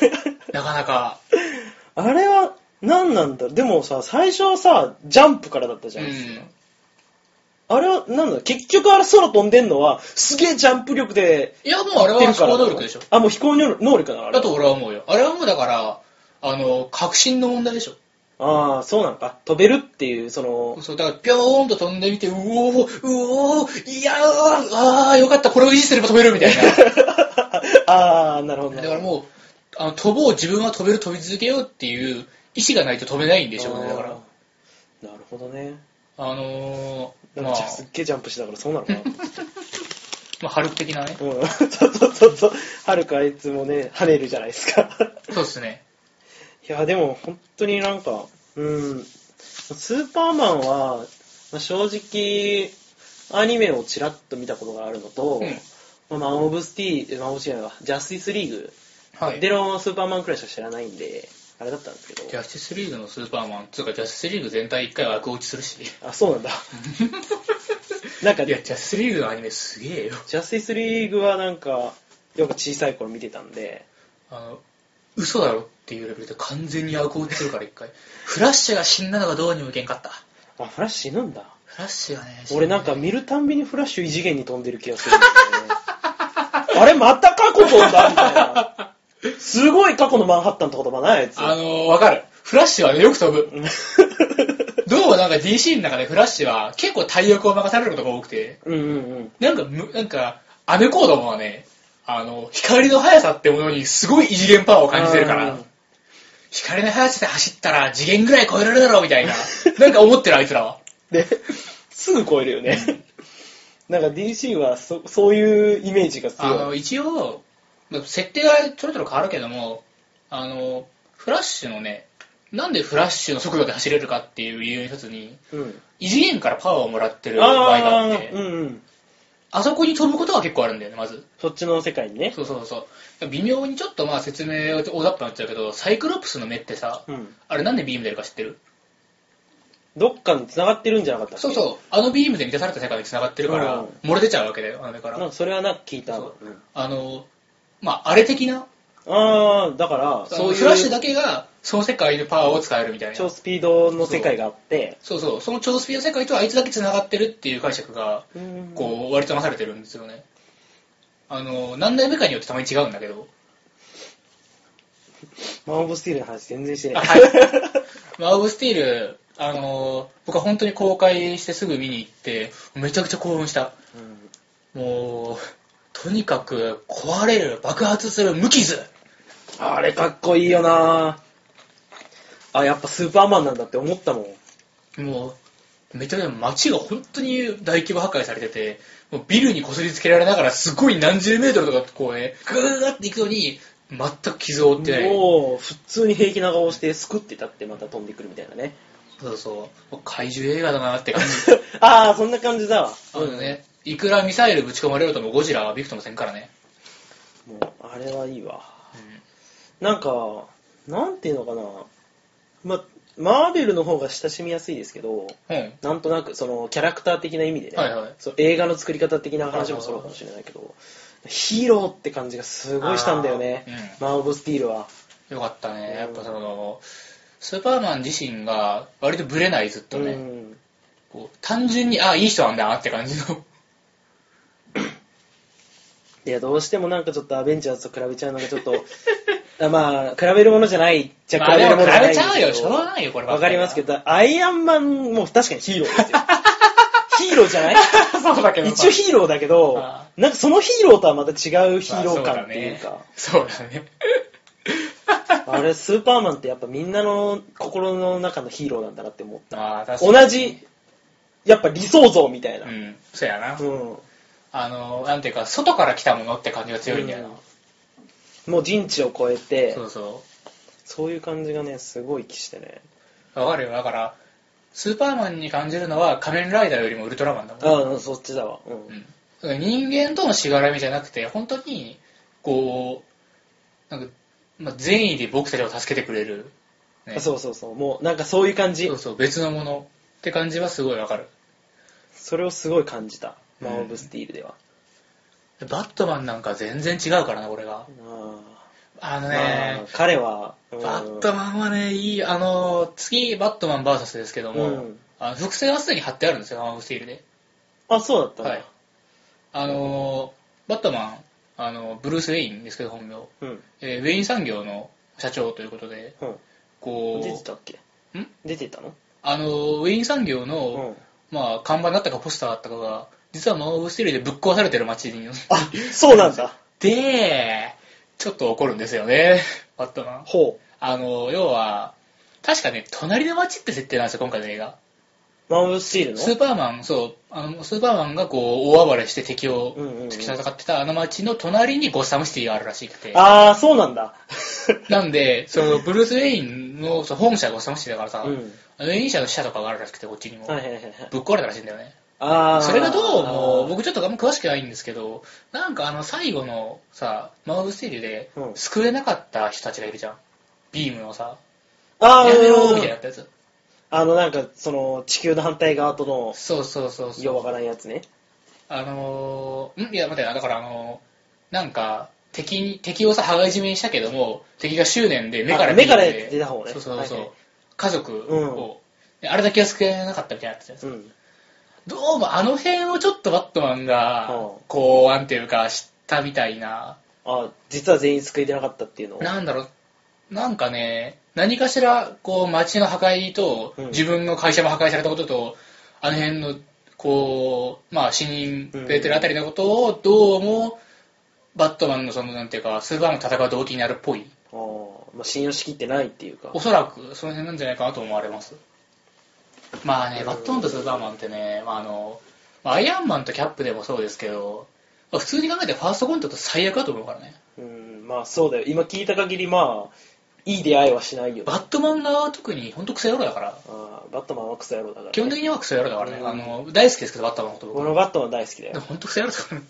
Speaker 1: なかなか。
Speaker 2: あれは、何なんだろうでもさ、最初はさ、ジャンプからだ ったじ
Speaker 1: う
Speaker 2: ゃないですか。
Speaker 1: ん。
Speaker 2: あれは、なんだろう結局あれ空飛んでんのは、すげえジャンプ力で、
Speaker 1: いや、もうあれは
Speaker 2: 飛
Speaker 1: 飛
Speaker 2: んでるから
Speaker 1: 行能力でしょ。
Speaker 2: あ、もう飛行能力なのあれ
Speaker 1: だ。と俺は思うよ。あれはもうだから、あの、確信の問題でしょ。
Speaker 2: ああ、そうなんか。飛べるっていう、その、
Speaker 1: そう、だから、ぴょーんと飛んでみて、うおー、うおー、いやー、あー、よかった、これを維持すれば飛べるみたいな。
Speaker 2: ああ、なるほど。
Speaker 1: だからもう、あの飛ぼう、自分は飛べる、飛び続けようっていう意志がないと飛べないんでしょうね。だから、
Speaker 2: なるほどね。
Speaker 1: あのー、
Speaker 2: なん
Speaker 1: まあ
Speaker 2: かじゃあ、すっげえジャンプしてたからそうなのかな。
Speaker 1: まあ、ハルク的なね。
Speaker 2: うん。そうそうそうそう。はるかあいつもね、跳ねるじゃないですか。
Speaker 1: そうですね。
Speaker 2: いや、でも本当になんか、うん。スーパーマンは、まあ正直、アニメをちらっと見たことがあるのと、
Speaker 1: うん
Speaker 2: まあマン・オブ・スティー、マン・オブ・スティーじゃないわジャスティス・リーグ
Speaker 1: はい。
Speaker 2: でのスーパーマンくらいしか知らないんで、あれだったんですけど。
Speaker 1: ジャスティスリーグのスーパーマン、つうかジャスティスリーグ全体一回は悪落ちするし。
Speaker 2: あ、そう なんだ。なんか
Speaker 1: い、や、ジャスティスリーグのアニメすげえよ。
Speaker 2: ジャスティスリーグはなんか、よく小さい頃見てたんで、
Speaker 1: あの、嘘だろっていうレベルで完全に悪落ちするから一回。フラッシュが死んだのがどうにもいけんかった。
Speaker 2: あ、フラッシュ死ぬんだ。
Speaker 1: フフラッシュはね、
Speaker 2: 俺なんか見るたんびにフラッシュ異次元に飛んでる気がするんですよね。 あれまた過去飛んだみたいな。すごい過去のマンハッタンって言葉ないやつ。
Speaker 1: あのー、わかる。フラッシュはね、よく飛ぶ。どうもなんか DC の中でフラッシュは結構大役を任されることが多くて、
Speaker 2: うんうんうん。
Speaker 1: なんかむ、なんか、アメコードもね、あの、光の速さってものにすごい異次元パワーを感じてるか
Speaker 2: う
Speaker 1: ら
Speaker 2: ん、
Speaker 1: 光の速さで走ったら次元ぐらい超えられるだろうみたいな、なんか思ってるあいつらは。
Speaker 2: で、 すぐ超えるよね。 なんか DC はそそういうイメージが
Speaker 1: あの、
Speaker 2: 強い。
Speaker 1: 一応、まあ設定がちょろちょろ変わるけども、あの、フラッシュのね、なんでフラッシュの速度で走れるかっていう理由の一つに、
Speaker 2: うん。
Speaker 1: 異次元からパワーをもらってる場合が
Speaker 2: あ
Speaker 1: あっ
Speaker 2: あ、
Speaker 1: て、
Speaker 2: うんうん。
Speaker 1: あそこに飛ぶことが結構あるんだよね、まず。
Speaker 2: そっちの世界にね。
Speaker 1: そうそうそう。微妙にちょっとまあ説明大雑把になっちゃうけど、サイクロプスの目ってさ、
Speaker 2: うん。
Speaker 1: あれなんでビーム出るか知ってる
Speaker 2: どっかに繋がってるんじゃなかったっけ
Speaker 1: そうそう。あのビームで満たされた世界に繋がってるから、
Speaker 2: うん
Speaker 1: 漏れ出ちゃうわけだよ、あの目か
Speaker 2: なん
Speaker 1: ら。
Speaker 2: かそれはなんか聞いた。
Speaker 1: そう
Speaker 2: うん
Speaker 1: あの、まあ、あれ的な、
Speaker 2: ああ、だから、
Speaker 1: そ
Speaker 2: そうう
Speaker 1: フラッ
Speaker 2: い
Speaker 1: シュ
Speaker 2: う
Speaker 1: だけが、その世界のパワーを使えるみたいな。
Speaker 2: 超スピードの世界があって、
Speaker 1: そうそう、その超スピード世界とあいつだけ繋がってるっていう解釈が、
Speaker 2: こ
Speaker 1: こう、割となされてるんですよね。あの、何代目かによってたまに違うんだけど、
Speaker 2: う、マン・オブ・スティールの話全然してない。
Speaker 1: マウオブ・スティール、あの、僕は本当に公開してすぐ見に行って、めちゃくちゃ興奮した。
Speaker 2: うん
Speaker 1: もう、とにかく壊れる、爆発する、無傷。
Speaker 2: あれかっこいいよなあ、やっぱスーパーマンなんだって思ったもん。
Speaker 1: もう、めちゃくちゃ街が本当に大規模破壊されてて、もうビルにこすりつけられながら、すごい何十メートルとかこうね、ぐーって行くのに、全く傷を負ってない。
Speaker 2: もう、普通に平気な顔して、すくってたってまた飛んでくるみたいなね。
Speaker 1: そうそう。怪獣映画だなって感じ。
Speaker 2: ああ、そんな感じだわ。
Speaker 1: あのね、いくらミサイルぶち込まれるともゴジラはびくともせんからね。
Speaker 2: もう、あれはいいわ。なんか、なんていうのかなま、マーベルの方が親しみやすいですけど、
Speaker 1: うん。うん。
Speaker 2: なんとなくそのキャラクター的な意味でね、
Speaker 1: はいはい
Speaker 2: そう映画の作り方的な話もそうかもしれないけど、ヒーローって感じがすごいしたんだよね
Speaker 1: あー、
Speaker 2: マン・オブ・スティールは。
Speaker 1: よかったね。やっぱその、スーパーマン自身が割とブレないずっとね。
Speaker 2: うん
Speaker 1: こう単純に、あ、いい人なんだなって感じの。
Speaker 2: いや、どうしてもなんかちょっとアベンジャーズと比べちゃうのがちょっと、 あまあ、比べるものじゃないじゃ
Speaker 1: まあ
Speaker 2: 比べ
Speaker 1: で
Speaker 2: る
Speaker 1: も
Speaker 2: もの
Speaker 1: 比
Speaker 2: じゃないん
Speaker 1: べ
Speaker 2: で
Speaker 1: ち
Speaker 2: す
Speaker 1: ゃうよ。しょうが
Speaker 2: わ
Speaker 1: ないよ、これ
Speaker 2: かりますけ
Speaker 1: ど。
Speaker 2: ど、アイアンマンも確かにヒーローで すよ。ヒーローじゃない
Speaker 1: そうだけど。
Speaker 2: 一応ヒーローだけど
Speaker 1: あ、
Speaker 2: なんかそのヒーローとはまた違うヒーロー感っていうか。
Speaker 1: そうだね。
Speaker 2: あれ、スーパーマンってやっぱみんなの心の中のヒーローなんだなって思った。
Speaker 1: まあ、確かに
Speaker 2: 同じ、やっぱ理想像みたいうな。
Speaker 1: ん。そうやな
Speaker 2: う。ん。
Speaker 1: あの、なんていうか、外から来たものって感じが強いんだよな。
Speaker 2: もう人知を超えて
Speaker 1: そ、うそ
Speaker 2: そういう感じがね、すごい気してね。
Speaker 1: う。わかるよ。だから、スーパーマンに感じるのは仮面ライダーよりもウルトラマンだもん。
Speaker 2: ああ、そっちだわ。うん。
Speaker 1: うん、人間とのしがらみじゃなくて本当にこうなんか、まあ、善意で僕たちを助けてくれる、ね
Speaker 2: あそうそうそう。もうなんかそういう感じ
Speaker 1: そう。そう別のものって感じはすごいわかる
Speaker 2: それをすごい感じた。マン・オ
Speaker 1: うん
Speaker 2: ブ・スティールでは。
Speaker 1: バットマンなんか全然違うからなこれが
Speaker 2: あ
Speaker 1: あ
Speaker 2: あ
Speaker 1: のね
Speaker 2: まあ彼は、うん
Speaker 1: バットマンはねいいあの次バットマン VS ですけども、
Speaker 2: うん
Speaker 1: あの伏線はすでに貼ってあるんですよマン・オブ・スティールで
Speaker 2: あ、そうだったんだ
Speaker 1: はいあのバットマンあのブルース・ウェインですけど本名、
Speaker 2: うん。
Speaker 1: えーウェイン産業の社長ということで
Speaker 2: う
Speaker 1: こ
Speaker 2: ん。
Speaker 1: う
Speaker 2: 出てたっけ
Speaker 1: ん
Speaker 2: 出てたの
Speaker 1: あの、ウェイン産業
Speaker 2: う
Speaker 1: の、
Speaker 2: ん。
Speaker 1: まあ、看板だったかポスターだったかが、実はマンオブスティールでぶっ壊されてる街に。
Speaker 2: あ、そうなんだ。
Speaker 1: で、ちょっと怒るんですよね、バットマン。
Speaker 2: ほ
Speaker 1: あの、要は、確かね、隣の街って設定なんですよ、今回の映画。
Speaker 2: う。マン・オブ・スティールの
Speaker 1: スーパーマン、そう、あの、スーパーマンがこう、大暴れして敵を
Speaker 2: うんうんうん
Speaker 1: 突き戦ってたあの街の隣にゴッサムシティがあるらしくて。
Speaker 2: ああ、そうなん だ。
Speaker 1: なんで、その、ブルース・ウェインのそう本社がゴッサムシティだからさ、
Speaker 2: うん
Speaker 1: ウェイン社の支社とかがあるらしくて、こっちにも。
Speaker 2: はいはいはいはい。
Speaker 1: ぶっ壊れたらしいんだよね。
Speaker 2: ああ。
Speaker 1: それがどうも、
Speaker 2: 僕、
Speaker 1: 僕ちょっとあんま詳しくないんですけど、なんかあの最後のさ、マウスティールで
Speaker 2: う、ん
Speaker 1: 救えなかった人たちがいるじゃん。ビームのさ、
Speaker 2: あ
Speaker 1: や
Speaker 2: あ、
Speaker 1: めろみたいなやったやつ。
Speaker 2: あの、なんか、その、地球の反対側との、
Speaker 1: そうそうそうそ
Speaker 2: ようわ
Speaker 1: う。
Speaker 2: からんやつね。
Speaker 1: あのー、んいや、待てよだからあのー、なんか、敵に、敵をさ、羽交い締めにしたけども、敵が執念で目から
Speaker 2: あ目から
Speaker 1: ビームで
Speaker 2: 出た方ね
Speaker 1: そうそうそう。
Speaker 2: はいはい
Speaker 1: 家族
Speaker 2: う
Speaker 1: を、であれだけは救えなかったみたいなやつじゃん
Speaker 2: うん。
Speaker 1: どうもあの辺をちょっとバットマンが
Speaker 2: うん
Speaker 1: 考案っていうか知ったみたいな、
Speaker 2: あ実は全員救えてなかったっていうのを
Speaker 1: なんだろう、なんかね、何かしらこう街の破壊と
Speaker 2: うん
Speaker 1: 自分の会社も破壊されたことと、あの辺のこう、まあ、死人出てるあたりのことをどうもバットマンのそのなんていうかスーパーマンと戦う動機になるっぽい。
Speaker 2: あー、まあ、信用しきってないっていうか
Speaker 1: おそらくその辺なんじゃないかなと思われますまあね
Speaker 2: うん
Speaker 1: バットマンとスーパーマンってね、まあ、あのまあアイアンマンとキャップでもそうですけどまあ普通に考えてファーストコンタクト最悪だと思うからね
Speaker 2: うんまあそうだよ今聞いた限りまあいい出会いはしないよ
Speaker 1: バットマン側は特に本当クソ野郎だから
Speaker 2: あーバットマンはクソ野郎だから、ね、
Speaker 1: 基本的にはクソ野郎だからね、
Speaker 2: うん
Speaker 1: あの大好きですけどバットマンのこと僕
Speaker 2: 俺もバットマン大好きだ
Speaker 1: で
Speaker 2: よ
Speaker 1: も本当クソ野郎だからね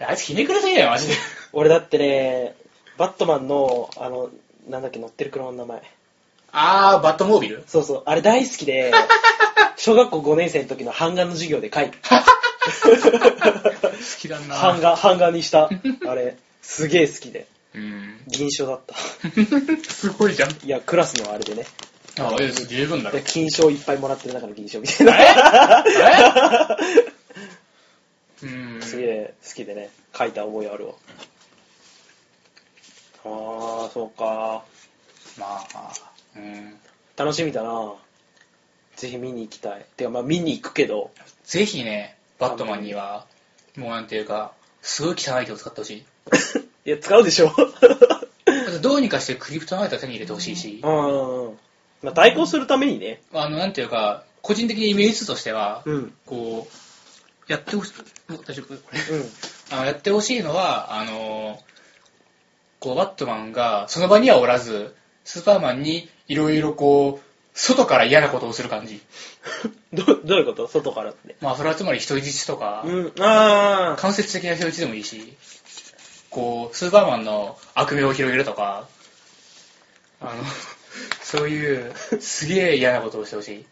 Speaker 1: あいつひねくれすぎだよマジで
Speaker 2: 俺だってねバットマンのあのなんだっけ乗ってる車の名前
Speaker 1: ああバットモービ ル
Speaker 2: そうそうあれ大好きで小学校5年生の時の版画の授業で書いた
Speaker 1: 好きだな
Speaker 2: 版画版画にしたあれすげえ好きで
Speaker 1: うん
Speaker 2: 銀賞だった
Speaker 1: すごいじゃん
Speaker 2: いやクラスのあれでね
Speaker 1: ああいや十分だろ
Speaker 2: で金賞いっぱいもらってる中の銀賞みたいな
Speaker 1: えうん
Speaker 2: すげえ好きでね書いた覚えあるわああそうか
Speaker 1: まあ、うん、
Speaker 2: 楽しみだなぜひ見に行きたいてかまあ見に行くけど
Speaker 1: ぜひね、バットマンには、もうなんていうか、すごい汚い手を使ってほしい。
Speaker 2: いや使うでしょ
Speaker 1: あ とどうにかしてクリプトナイトは手に入れてほしいし
Speaker 2: う、んうんうんまあ対抗するためにね
Speaker 1: あの、なんていうか、個人的にイメージ図としては、
Speaker 2: うん
Speaker 1: こう、やってほしい、もう大丈夫これ
Speaker 2: うん
Speaker 1: あのやってほしいのは、あの、こう、バットマンが、その場にはおらず、スーパーマンにいろいろこう、外から嫌なことをする感じ。
Speaker 2: どどういうこと外からって
Speaker 1: まあ、それはつまり人質とか、
Speaker 2: うんああ
Speaker 1: 間接的な表示でもいいし、こう、スーパーマンの悪名を広げるとか、あの、そういう、すげえ嫌なことをしてほしい。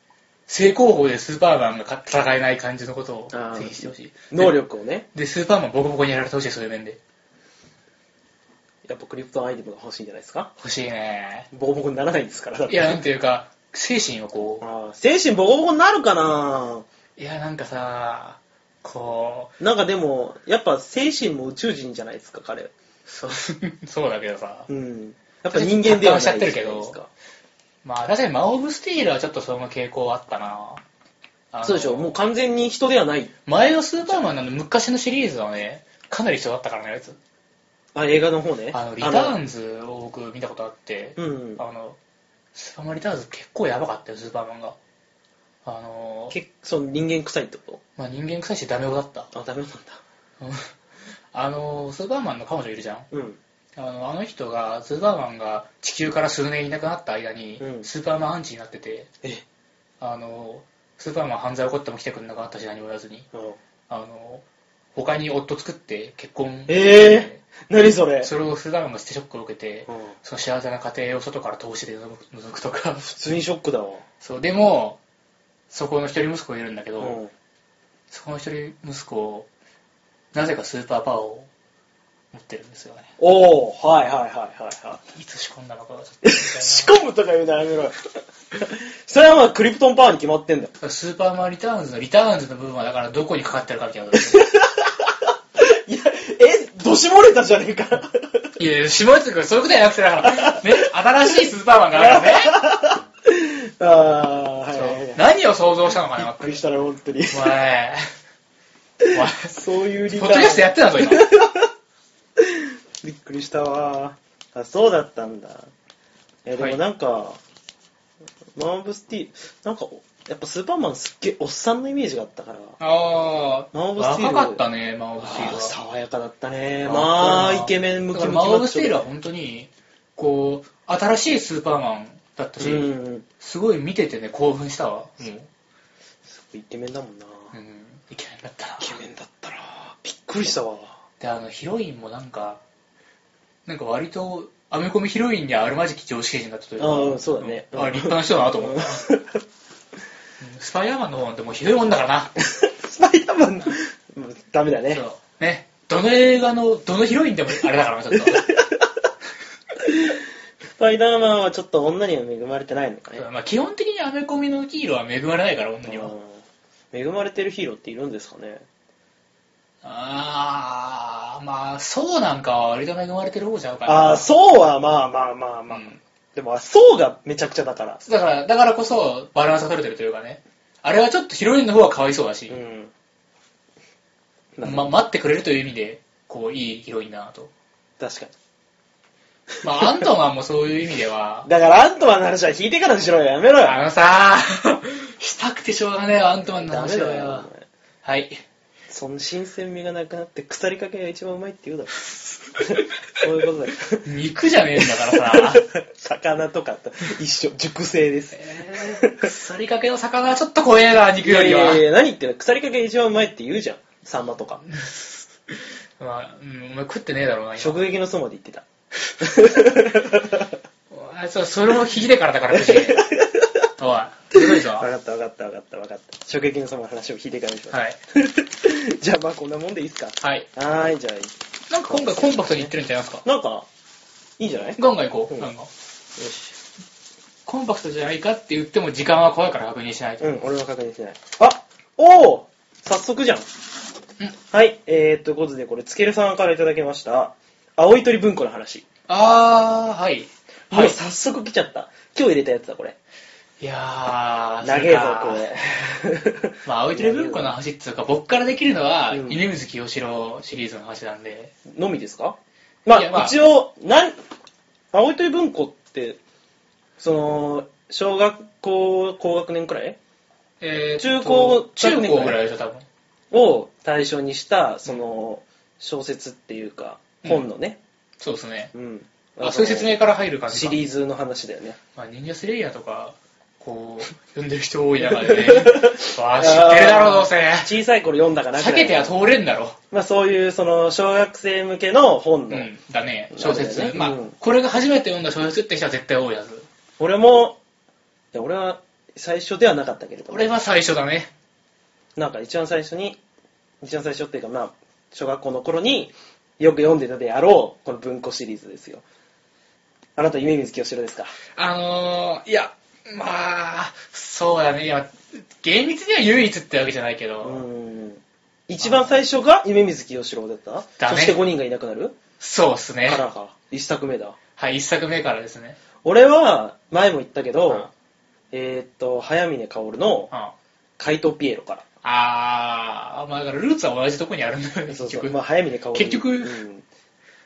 Speaker 1: 正攻法でスーパーマンがか戦えない感じのことを
Speaker 2: あー
Speaker 1: ぜひしてほしい。
Speaker 2: 能力をね
Speaker 1: で、スーパーマンボコボコにやられてほしい、そういう面で。
Speaker 2: やっぱクリプトンアイテムが欲しいんじゃないですか
Speaker 1: 欲しいね。
Speaker 2: ボコボコにならないんですからだ っ
Speaker 1: い
Speaker 2: て
Speaker 1: や、なんていうか、精神をこ
Speaker 2: あー精神ボコボコになるかな
Speaker 1: う、いや、なんかさ、こ
Speaker 2: なんかでもやっぱ精神も宇宙人じゃないですか彼
Speaker 1: う、そう そうだけどさ、
Speaker 2: うんやっぱ人間ではな
Speaker 1: 達観
Speaker 2: い
Speaker 1: しちゃってるけど
Speaker 2: じゃないですか
Speaker 1: まあ、確かにマンオブスティールはちょっとその傾向はあったな。あの
Speaker 2: そうでしょもう完全に人ではない
Speaker 1: 前のスーパーマンのあの昔のシリーズはね、かなり人だったからね、あいつ。
Speaker 2: あ映画の方ね
Speaker 1: あの、リターンズを僕見たことあって、
Speaker 2: あのうん
Speaker 1: あの、スーパーマンリターンズ結構やばかったよ、スーパーマンが。あの、
Speaker 2: けその人間臭いってこ
Speaker 1: まあ、人間臭いしダメ男だった。
Speaker 2: とあダメなんだ
Speaker 1: あの、スーパーマンの彼女いるじゃん。
Speaker 2: うん
Speaker 1: あのあの人が、スーパーマンが地球から数年いなくなった間に、
Speaker 2: うん
Speaker 1: スーパーマンアンチになってて、
Speaker 2: え
Speaker 1: あの、スーパーマン犯罪起こっても来てくれなくなったし何も言わずに、あの、他に夫作って結婚
Speaker 2: え何それ
Speaker 1: それをスーパーマンがしてショックを受けて、
Speaker 2: うん
Speaker 1: その幸せな家庭を外から投資で覗く覗くとか
Speaker 2: 普通にショックだわ
Speaker 1: そうでもそこの一人息子がいるんだけ
Speaker 2: う
Speaker 1: ど、
Speaker 2: ん
Speaker 1: そこの一人息子をなぜかスーパーパワーを持ってるんですよね
Speaker 2: おおはいはいはいはいはい
Speaker 1: つ仕込んだのかはちょっとみたい
Speaker 2: い仕込むとか言うのやめろよ それはまあクリプトンパワーに決まってんだよ
Speaker 1: なスーパーマンリターンズのリターンズの部分はだからどこにかかってるかみたいなこと
Speaker 2: いやえどしもれたじゃねえか
Speaker 1: いやいや下津君そういうことじゃなくてだから、 ね、新しいスーパーマンがあるからね
Speaker 2: ああはいはいはい
Speaker 1: そう何を想像したのか
Speaker 2: び
Speaker 1: な
Speaker 2: っくりしたら本当に
Speaker 1: お前お前
Speaker 2: そういう理
Speaker 1: ポッドキャストやってた ぞ今
Speaker 2: びっくりしたわあそうだったんだいやで
Speaker 1: は
Speaker 2: も
Speaker 1: い
Speaker 2: なんか、マン・オブ・スティールなんかやっぱスーパーマンすっげえおっさんのイメージがあったから
Speaker 1: ああ、
Speaker 2: マンオブスティール
Speaker 1: 若かったね、マンオブスティール
Speaker 2: あー
Speaker 1: は。
Speaker 2: 爽やかだったね
Speaker 1: かっこいいな
Speaker 2: まあイケメンムキムキ
Speaker 1: だ
Speaker 2: マ
Speaker 1: からマンオブ
Speaker 2: ッ
Speaker 1: ス
Speaker 2: チ
Speaker 1: ティールは
Speaker 2: ョ
Speaker 1: 本当に、こう、新しいスーパーマンだったし、
Speaker 2: でうん
Speaker 1: すごい見ててね、興奮したわ。もう。
Speaker 2: イケメンだもんな、
Speaker 1: う
Speaker 2: イ
Speaker 1: ん、イケメンだったな。
Speaker 2: ケメンだったらびっくりしたわ
Speaker 1: で、あの、ヒロインもなんか、なんか割と、アメコミヒロインにはあるまじき常識人だったというか、
Speaker 2: あーそうだね
Speaker 1: んあ、立派な人だなと思った。うんスパイダーマンの方なんてもうひどいもんだからな。
Speaker 2: スパイダーマンもうダメだね
Speaker 1: そうね。どの映画の、どのヒロインでもあれだからな、ちょっ と。
Speaker 2: スパイダーマンはちょっと女には恵まれてないのかね
Speaker 1: まあ、基本的にアメコミのヒーローは恵まれないから、女には。
Speaker 2: うん恵まれてるヒーローっているんですかね
Speaker 1: ああ、まあ、そうなんかは割と恵まれてる方ちゃうかな。
Speaker 2: ああ、そうはまあまあまあまあ。
Speaker 1: うん
Speaker 2: でも、あそうがめちゃくちゃだから。
Speaker 1: だから、だからこそバランスが取れてるというかね。あれはちょっとヒロインの方がかわいそうだし
Speaker 2: う、ん。
Speaker 1: ま、待ってくれるという意味で、こう、いいヒロインだなと。
Speaker 2: 確かに。
Speaker 1: まあ、アントマンもそういう意味で は、
Speaker 2: だから、アントマンの話は聞いてからにしろよ。やめろ
Speaker 1: あ
Speaker 2: よ。
Speaker 1: のさ、したくてしょうがねえわアントマンの
Speaker 2: ダ
Speaker 1: 話
Speaker 2: メ
Speaker 1: だ
Speaker 2: だよ
Speaker 1: よ。。はい。
Speaker 2: その新鮮味がなくなって、腐りかけが一番うまいって言 うだろ。そういうことだよ。
Speaker 1: 肉じゃねえんだから さ。
Speaker 2: 魚とかと一緒、熟成です。
Speaker 1: えー腐りかけの魚はちょっと怖えな、肉よりは。
Speaker 2: いやいやいや、何言ってんの腐りかけが一番うまいって言うじゃん。サンマとか。
Speaker 1: まあ、うん、お前食ってねえだろうな、今。
Speaker 2: 食撃のそまで言 ってた。
Speaker 1: あそうそれも聞いてからだから、くじ けおい、ひどいぞ。
Speaker 2: わ
Speaker 1: は
Speaker 2: かったわかったわかったわかった。食撃のそまの話を聞いてからにします。
Speaker 1: い。
Speaker 2: じゃあまあこんなもんでいいっすか。
Speaker 1: はい。
Speaker 2: はーい、じゃあ、
Speaker 1: なんか今回コンパクトに言ってるんじゃないですか。
Speaker 2: なんか、いいんじゃないよ
Speaker 1: ガンガン行こ
Speaker 2: う
Speaker 1: う、
Speaker 2: ん
Speaker 1: ガンガン。
Speaker 2: し。
Speaker 1: コンパクトじゃないかって言っても時間は怖いから確認しないと。
Speaker 2: うん、俺は確認してない。あおお早速じゃん。はい、えー、ということで、これ、つけるさんからいただきました。青い鳥文庫の話。
Speaker 1: あー、はい。
Speaker 2: も
Speaker 1: は
Speaker 2: う
Speaker 1: い
Speaker 2: 早速来ちゃった。今日入れたやつだ、これ。
Speaker 1: いやー、
Speaker 2: 長えぞ
Speaker 1: それか、
Speaker 2: これ。
Speaker 1: まあ、青い鳥文庫の話っつうか、僕からできるのは、
Speaker 2: うん
Speaker 1: 犬水清志郎シリーズの話なんで、
Speaker 2: のみですかま
Speaker 1: い
Speaker 2: あ、
Speaker 1: やまあ
Speaker 2: 一応、なん、青い鳥文庫って、その、小学校高学年くらい
Speaker 1: えー
Speaker 2: 中高
Speaker 1: 中
Speaker 2: 学年ぐら
Speaker 1: 高
Speaker 2: い
Speaker 1: ぐらいでしょ、多分。
Speaker 2: を対象にした、その、小説っていうか、本のね。
Speaker 1: そうですね。
Speaker 2: うん。
Speaker 1: あ、そういう説明から入る感じ
Speaker 2: シ
Speaker 1: か。
Speaker 2: リーズの話だよね。
Speaker 1: まあ、忍者スレイヤーとか、こう、読んでる人多い中 でね、わあ、知ってるだろう、どうせ。
Speaker 2: 小さい頃読んだかな
Speaker 1: 避けては通れんだろ。
Speaker 2: まあそういう、その、小学生向けの本
Speaker 1: う
Speaker 2: の。
Speaker 1: ん、だね、小説。
Speaker 2: なるほどね
Speaker 1: まあ
Speaker 2: うん、
Speaker 1: これが初めて読んだ小説って人は絶対多いはず。
Speaker 2: 俺も、いや俺は最初ではなかったけれども、
Speaker 1: 俺は最初だね。
Speaker 2: なんか一番最初に、一番最初っていうかまあ、小学校の頃によく読んでたであろう、この文庫シリーズですよ。あなた、夢水清志郎ですか。
Speaker 1: あのー、いや、まあ、そうだね。いや、厳密には唯一ってわけじゃないけど、
Speaker 2: うーん。一番最初が夢水清志郎だった
Speaker 1: だね
Speaker 2: そして5人がいなくなる
Speaker 1: そうっす
Speaker 2: あ
Speaker 1: ね。
Speaker 2: らか。一作目だ。
Speaker 1: はい、一作目からですね。
Speaker 2: 俺は、前も言ったけど、
Speaker 1: うん
Speaker 2: えーっと、早峰薫の
Speaker 1: うん
Speaker 2: 怪盗ピエロから。
Speaker 1: あー、まあ、だからルーツは同じとこにあるんだよね、
Speaker 2: そ
Speaker 1: 結
Speaker 2: うそう。
Speaker 1: 局。
Speaker 2: まあ、早見で顔
Speaker 1: 結局
Speaker 2: うん、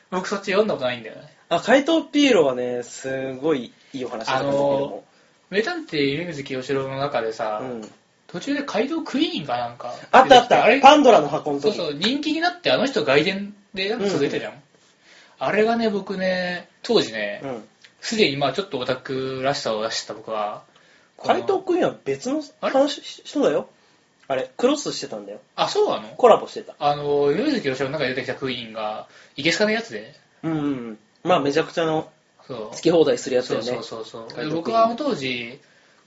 Speaker 1: 僕そっち読んだことないんだよね。
Speaker 2: あ、怪盗ピエロはね、すごいいいお話だったんだけども。
Speaker 1: 名探偵夢水清志郎の中でさ、
Speaker 2: うん、
Speaker 1: 途中で街道クイーンかなんか
Speaker 2: あった
Speaker 1: 出て
Speaker 2: あっ
Speaker 1: きて
Speaker 2: た
Speaker 1: あ。れ
Speaker 2: パンドラの箱の
Speaker 1: そう
Speaker 2: 時。
Speaker 1: そう人気になってあの人外伝でなんか続いたじゃん、あれがね僕ね当時ね
Speaker 2: うん。
Speaker 1: すで、にまあちょっとオタクらしさを出してた僕はこの
Speaker 2: 怪盗クイーンは別の
Speaker 1: あれ
Speaker 2: 話人だよ。あれ、クロスしてたんだよ。
Speaker 1: あそうなの
Speaker 2: コラボしてた。
Speaker 1: あの夢水清志郎の中で出てきたクイーンがいけすかのやつで
Speaker 2: うん、うん。まあ、めちゃくちゃの
Speaker 1: そう
Speaker 2: 好き放題するやつだ
Speaker 1: そ
Speaker 2: よ
Speaker 1: う
Speaker 2: ね。
Speaker 1: そうそうそう
Speaker 2: 怪盗クイーン
Speaker 1: 僕はあの当時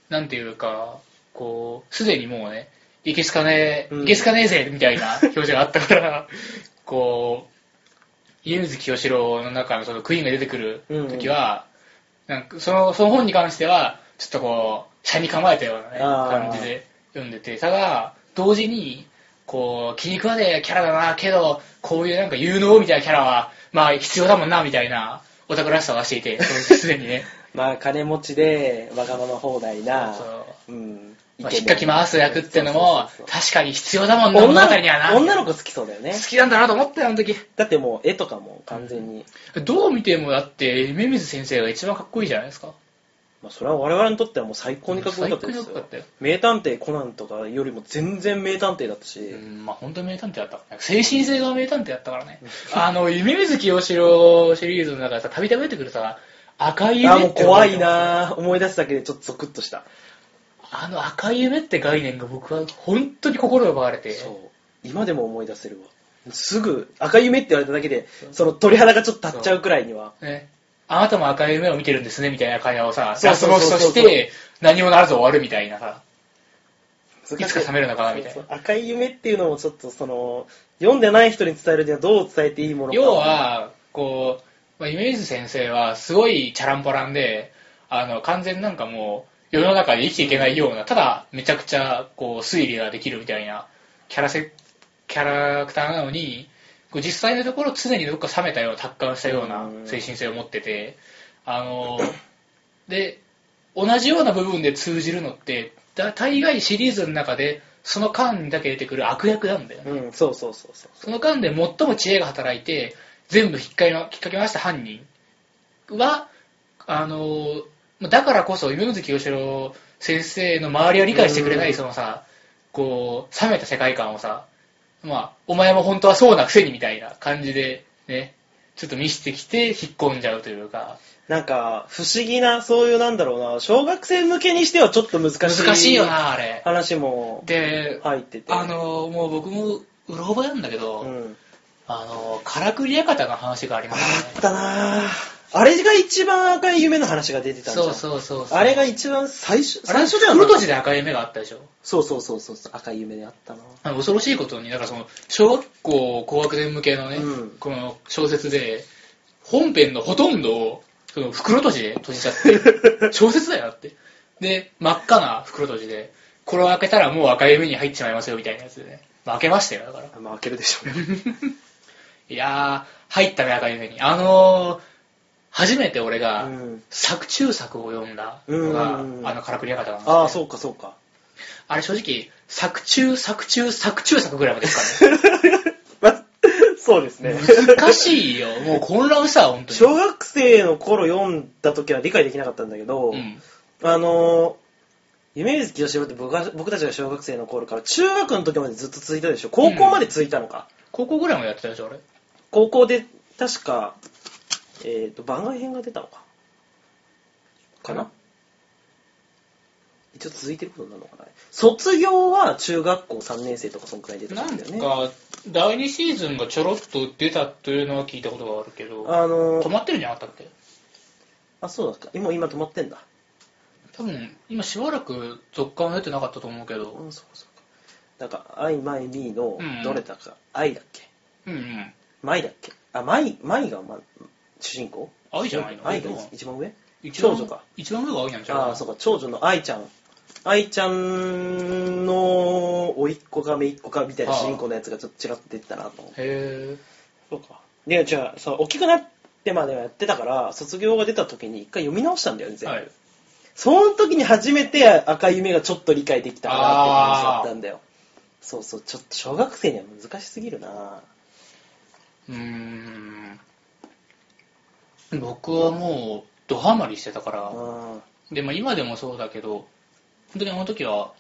Speaker 1: なんていうかこうすでにもうねいけすかね
Speaker 2: うん
Speaker 1: いけすかねえぜみたいな表情があったから、こう家水清志郎の中のそのクイーンが出てくる時は、なんかそのその本に関してはちょっとこう車に構えたような、ね、
Speaker 2: あー
Speaker 1: 感じで読んでてただ同時にこう気に食わねえキャラだなけどこういうなんか有能みたいなキャラはまあ必要だもんなみたいなオタクらしさを出していてすでにね
Speaker 2: まあ、金持ちで、わがまま放題な、
Speaker 1: そう
Speaker 2: うん。
Speaker 1: まあ、引っかき回す役ってのも
Speaker 2: そうそうそうそう
Speaker 1: 確かに必要だもんな物語
Speaker 2: 女
Speaker 1: にはな
Speaker 2: の子女の子好きそうだよね
Speaker 1: 好。きなんだなと思ったよあの時
Speaker 2: だってもう、絵とかも完全に。
Speaker 1: どう見てもだって夢水先生が一番かっこいいじゃないですか
Speaker 2: まあ、それは我々にとってはもう最高にかっこよかったです
Speaker 1: 最高にかっこよ
Speaker 2: よ
Speaker 1: かったよ。
Speaker 2: 名探偵コナンとかよりも全然名探偵だったし、
Speaker 1: うんまあ本当に名探偵だったからね精神性が名探偵だったからねあの夢水清志郎シリーズの中でさたびたび出てくるさ赤い
Speaker 2: あ
Speaker 1: 夢
Speaker 2: もう
Speaker 1: って
Speaker 2: 怖いなぁ思い出すだけでちょっとゾクッとした。
Speaker 1: あの赤い夢って概念が僕は本当に心奪われて
Speaker 2: そう。今でも思い出せるわ。すぐ、赤い夢って言われただけで、その鳥肌がちょっと立っちゃうくらいには。
Speaker 1: ね、あなたも赤い夢を見てるんですねみたいな会話をさ
Speaker 2: そう
Speaker 1: ラス
Speaker 2: そうそう
Speaker 1: ボ
Speaker 2: そう
Speaker 1: スとして何もならず終わるみたいなさ
Speaker 2: 難し
Speaker 1: いつか覚めるのかなみたいな
Speaker 2: そうそう赤い夢っていうのもちょっとその、読んでない人に伝えるにはどう伝えていいものか。
Speaker 1: 要、はこう、まあ、イメージ先生はすごいチャランポランであの完全になんかもう世の中で生きていけないような、ただめちゃくちゃこう推理ができるみたいなキャラせキャラクターなのに、こう実際のところ常にどっか冷めたような、達観したような精神性を持ってて、あの、で、同じような部分で通じるのって、だ大概シリーズの中で、その間だけ出てくる悪役なんだよね。
Speaker 2: うん、そうそうそうそう。
Speaker 1: その間で最も知恵が働いて、全部引っかけのきっかけました犯人は、あの、だからこそ、夢月清志郎先生の周りは理解してくれな
Speaker 2: う
Speaker 1: い、
Speaker 2: ん
Speaker 1: そのさ、こう、冷めた世界観をさ、まあ、お前も本当はそうなくせにみたいな感じで、ね、ちょっと見せてきて引っ込んじゃうというか、
Speaker 2: なんか、不思議な、そういうなんだろうな、小学生向けにしてはちょっと難しい。
Speaker 1: 難しいよ。な、あれ。
Speaker 2: 話も
Speaker 1: で、
Speaker 2: 入ってて。
Speaker 1: あ、の、もう僕も、うろ覚えなんだけど、
Speaker 2: うん。
Speaker 1: あの、からくり館の話がありま
Speaker 2: あ
Speaker 1: すね。
Speaker 2: ったなぁあれが一番赤い夢の話が出てたんじゃ
Speaker 1: そ
Speaker 2: ん。
Speaker 1: うそうそうそう。
Speaker 2: あれが一番最初、
Speaker 1: あれ
Speaker 2: 最初では
Speaker 1: 袋
Speaker 2: な
Speaker 1: 閉
Speaker 2: い。
Speaker 1: じで赤い目があったでしょ。
Speaker 2: そうそうそうそう、赤い夢であったな
Speaker 1: あの恐ろしいことに、だからその、小学校高学年向けのね、
Speaker 2: うん
Speaker 1: この小説で、本編のほとんどを、その袋閉じで閉じちゃって、 小説だよだって。で、真っ赤な袋閉じで、これを開けたらもう赤い目に入っちまいますよみたいなやつでね。まあ開けましたよ、だから。
Speaker 2: あまあ、開けるでしょうね。
Speaker 1: いやー、入ったね、赤い目に。あのー、初めて俺が、
Speaker 2: うん
Speaker 1: 作中作を読んだのが、
Speaker 2: うん
Speaker 1: あの、からくり館なんです、ね。
Speaker 2: ああ、そうかそうか。
Speaker 1: あれ正直、作中、作中、作中作ぐらいまでですからね。
Speaker 2: ま、 そうですね。
Speaker 1: 難しいよ。もう混乱したわ、本当
Speaker 2: 小学生の頃読んだ時は理解できなかったんだけど、
Speaker 1: に。うん。
Speaker 2: あのー、夢水清志郎って僕が僕たちが小学生の頃から中学の時までずっと続いたでしょ高校まで続いたのか、
Speaker 1: 高校ぐらいまでやってたでしょ、あれ。
Speaker 2: 高校で確か、えっと番外編が出たのかかな一応続いてることになるのかな卒業は中学校3年生とかそんくらい出てた
Speaker 1: なんん
Speaker 2: だよね
Speaker 1: か、第2シーズンがちょろっと出たというのは聞いたことがあるけど、
Speaker 2: あの
Speaker 1: 止
Speaker 2: ー、
Speaker 1: まってるんじゃなかったっけ
Speaker 2: あそうだっか今今止まってんだ
Speaker 1: 多分、今しばらく続刊は出てなかったと思うけど、
Speaker 2: うんそうかそうかなんか「I, my, me」の
Speaker 1: うん
Speaker 2: どれだか「I」だっけ
Speaker 1: うんうん。
Speaker 2: 「my」だっけあ「my」my が、ま、主人公
Speaker 1: 愛じゃないの
Speaker 2: 愛が一番上
Speaker 1: 一
Speaker 2: 長
Speaker 1: 番
Speaker 2: 女か。
Speaker 1: 一番上が愛なんちゃうか
Speaker 2: あ
Speaker 1: な
Speaker 2: あ、そうか、長女の愛ちゃん。愛ちゃんの、おいっ子かめいっ子かみたいな
Speaker 1: ああ
Speaker 2: 主人公のやつがちょっとちらっと出てたなと思って。
Speaker 1: へ
Speaker 2: そうか。で、違う、そう、大きくなってまではやってたから、卒業が出た時に一回読み直したんだよね、
Speaker 1: ぇ
Speaker 2: 全
Speaker 1: ー。
Speaker 2: 部。
Speaker 1: はい。
Speaker 2: その時に初めて赤い夢がちょっと理解できたかなって感じだったんだよ。そうそう、ちょっと小学生には難しすぎるな
Speaker 1: うーん。僕はもう、ドハマりしてたから、
Speaker 2: うん。
Speaker 1: で、まあ、今でもそうだけど、本当にあの時は、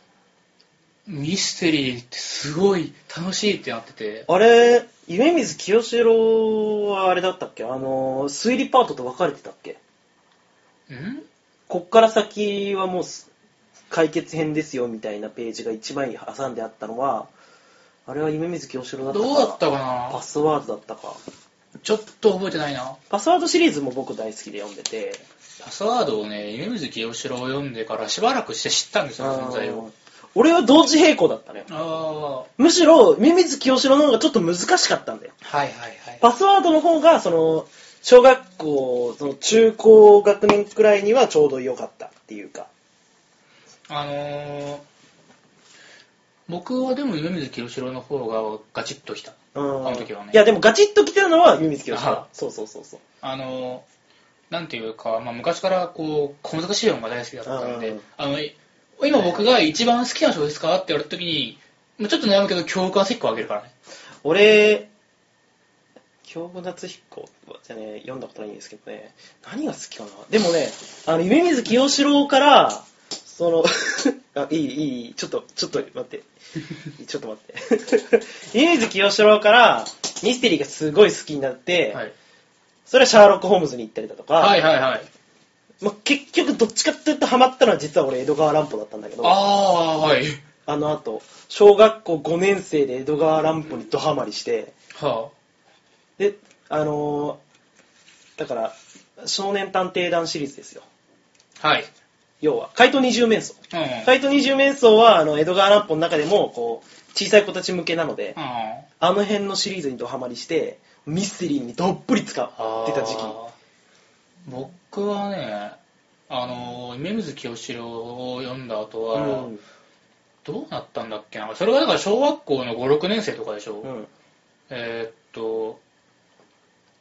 Speaker 1: ミステリーってすごい楽しいってなってて、
Speaker 2: あれ、夢水清志郎はあれだったっけあの、推理パートと分かれてたっけ
Speaker 1: ん
Speaker 2: こっから先はもうす解決編ですよみたいなページが一枚挟んであったのはあれは夢水清志郎だったか
Speaker 1: どうだったか
Speaker 2: パ
Speaker 1: な
Speaker 2: スワードだったか
Speaker 1: ちょっと覚えてないな。
Speaker 2: パスワードシリーズも僕大好きで読んでて
Speaker 1: パスワードをね、夢水清志郎を読んでからしばらくして知ったんですよ、存在
Speaker 2: あー
Speaker 1: を。
Speaker 2: 俺は同時並行だったのよ
Speaker 1: あ
Speaker 2: むしろ夢水清志郎の方がちょっと難しかったんだよ
Speaker 1: あ、はいはいはい。
Speaker 2: パスワードの方がその小学校その中高学年くらいにはちょうど良かったっていうか
Speaker 1: あのー、僕はでも夢水清志郎の方がガチッときた。
Speaker 2: うん
Speaker 1: あの時はね
Speaker 2: いやでもガチッと来てるのは夢水清志郎
Speaker 1: あ
Speaker 2: そうそうそうそう
Speaker 1: あの、なんていうか、まあ、昔からこう、小難しい本が大好きだったん
Speaker 2: う
Speaker 1: で
Speaker 2: ん、
Speaker 1: あの、い今僕が一番好きな小説かって言われた時に、まあちょっと悩むけど、教官セックをあげるからね。
Speaker 2: 俺、京子夏彦はじゃね、読んだことないんですけどね、何が好きかなでもね、あの、夢水清志郎から、その、 あ、いい、いい、ちょっと、ちょっと待って。 ちょっと待って。 夢水清志郎から、ミステリーがすごい好きになって、
Speaker 1: はい。
Speaker 2: それはシャーロック・ホームズに行ったりだとか、
Speaker 1: はいはいはい。
Speaker 2: まあ、結局どっちかというとハマったのは実は俺江戸川乱歩だったんだけど、あ
Speaker 1: ああー、はい。
Speaker 2: の後、小学校5年生で江戸川乱歩にドハマりして、
Speaker 1: は
Speaker 2: で、あのーだから、少年探偵団シリーズですよ。
Speaker 1: あ。はい。
Speaker 2: 要は、怪盗二重面相。
Speaker 1: うん。はい。
Speaker 2: 怪盗二重面相は、あの、江戸川乱歩の中でも、こう、小さい子たち向けなので
Speaker 1: う、ん。あ
Speaker 2: あの辺のシリーズにドハマりして、ミステリーにどっぷり使ってた時期。
Speaker 1: ー僕はね、あの夢水清志郎を読んだ後
Speaker 2: う
Speaker 1: は、
Speaker 2: ん。
Speaker 1: どうなったんだっけなそれがだから小学校の56年生とかでしょ、
Speaker 2: うん。
Speaker 1: えーっと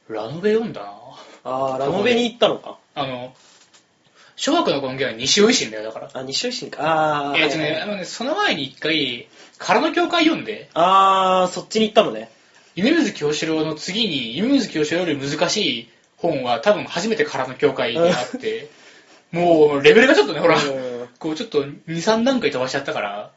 Speaker 1: ラノベ読んだな
Speaker 2: ああ、ラノベに行ったのか。
Speaker 1: あの小学校の頃のゲームは西尾維新だよだから
Speaker 2: あ、西尾維新か。ああ、
Speaker 1: えーっと
Speaker 2: は
Speaker 1: ね
Speaker 2: いはいはい
Speaker 1: あのねその前に一回空の教会読んで
Speaker 2: あー、そっちに行ったのね。
Speaker 1: 夢水清志郎の次に夢水清志郎より難しい本は多分初めて空の教会にあ ってもうレベルがちょっとねほら、
Speaker 2: うん
Speaker 1: こうちょっと23段階飛ばしちゃったから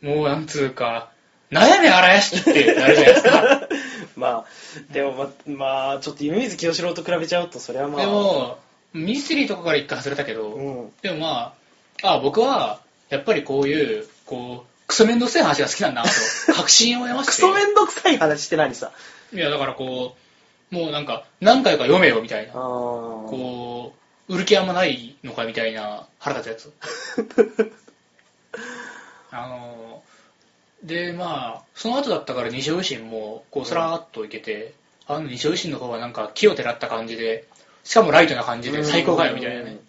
Speaker 1: もうなんつうか悩め荒屋敷ってなるじゃないですか
Speaker 2: まあ、でもま、まあ、ちょっと夢水清志郎と比べちゃうと、それは まあ。
Speaker 1: で、もミステリーとかから一回外れたけど、
Speaker 2: うん。
Speaker 1: でもまああ僕はやっぱりこういうこうクソ面倒くさい話が好きなんだな と確信を得まして
Speaker 2: クソめんどくさい話して何さ。
Speaker 1: いやだからこうもうなんか何回か読めよみたい
Speaker 2: あ
Speaker 1: な
Speaker 2: ー。
Speaker 1: こう売る気あんまないのかみたいな腹立つやつ あのでまあその後だったから西尾維新もこうさらっといけて、あの西尾維新の方はなんか木をてらった感じでしかもライトな感じで最高かよみたいなね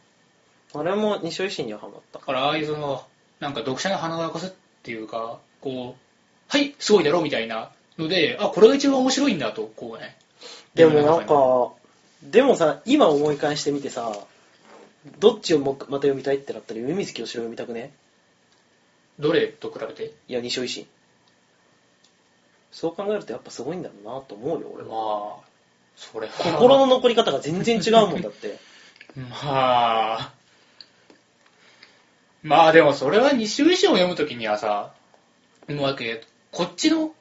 Speaker 2: うん。俺も西尾維新にはハマった
Speaker 1: だ。からああいうそのなんか読者の鼻をかすっていうかこうはいすごいだろみたいなのであこれが一番面白いんだとこうね
Speaker 2: でもなんか、でもさ、今思い返してみてさ、どっちをもうまた読みたいってなったら、夢水清志郎読みたくね
Speaker 1: どれと比べて
Speaker 2: いや、西尾維新。そう考えるとやっぱすごいんだろうなと思うよ、俺
Speaker 1: ま
Speaker 2: は。
Speaker 1: あそれは
Speaker 2: 心の残り方が全然違うもんだ って。
Speaker 1: まあ、まあでもそれは西尾維新を読むときにはさ、もうわけ、こっちの、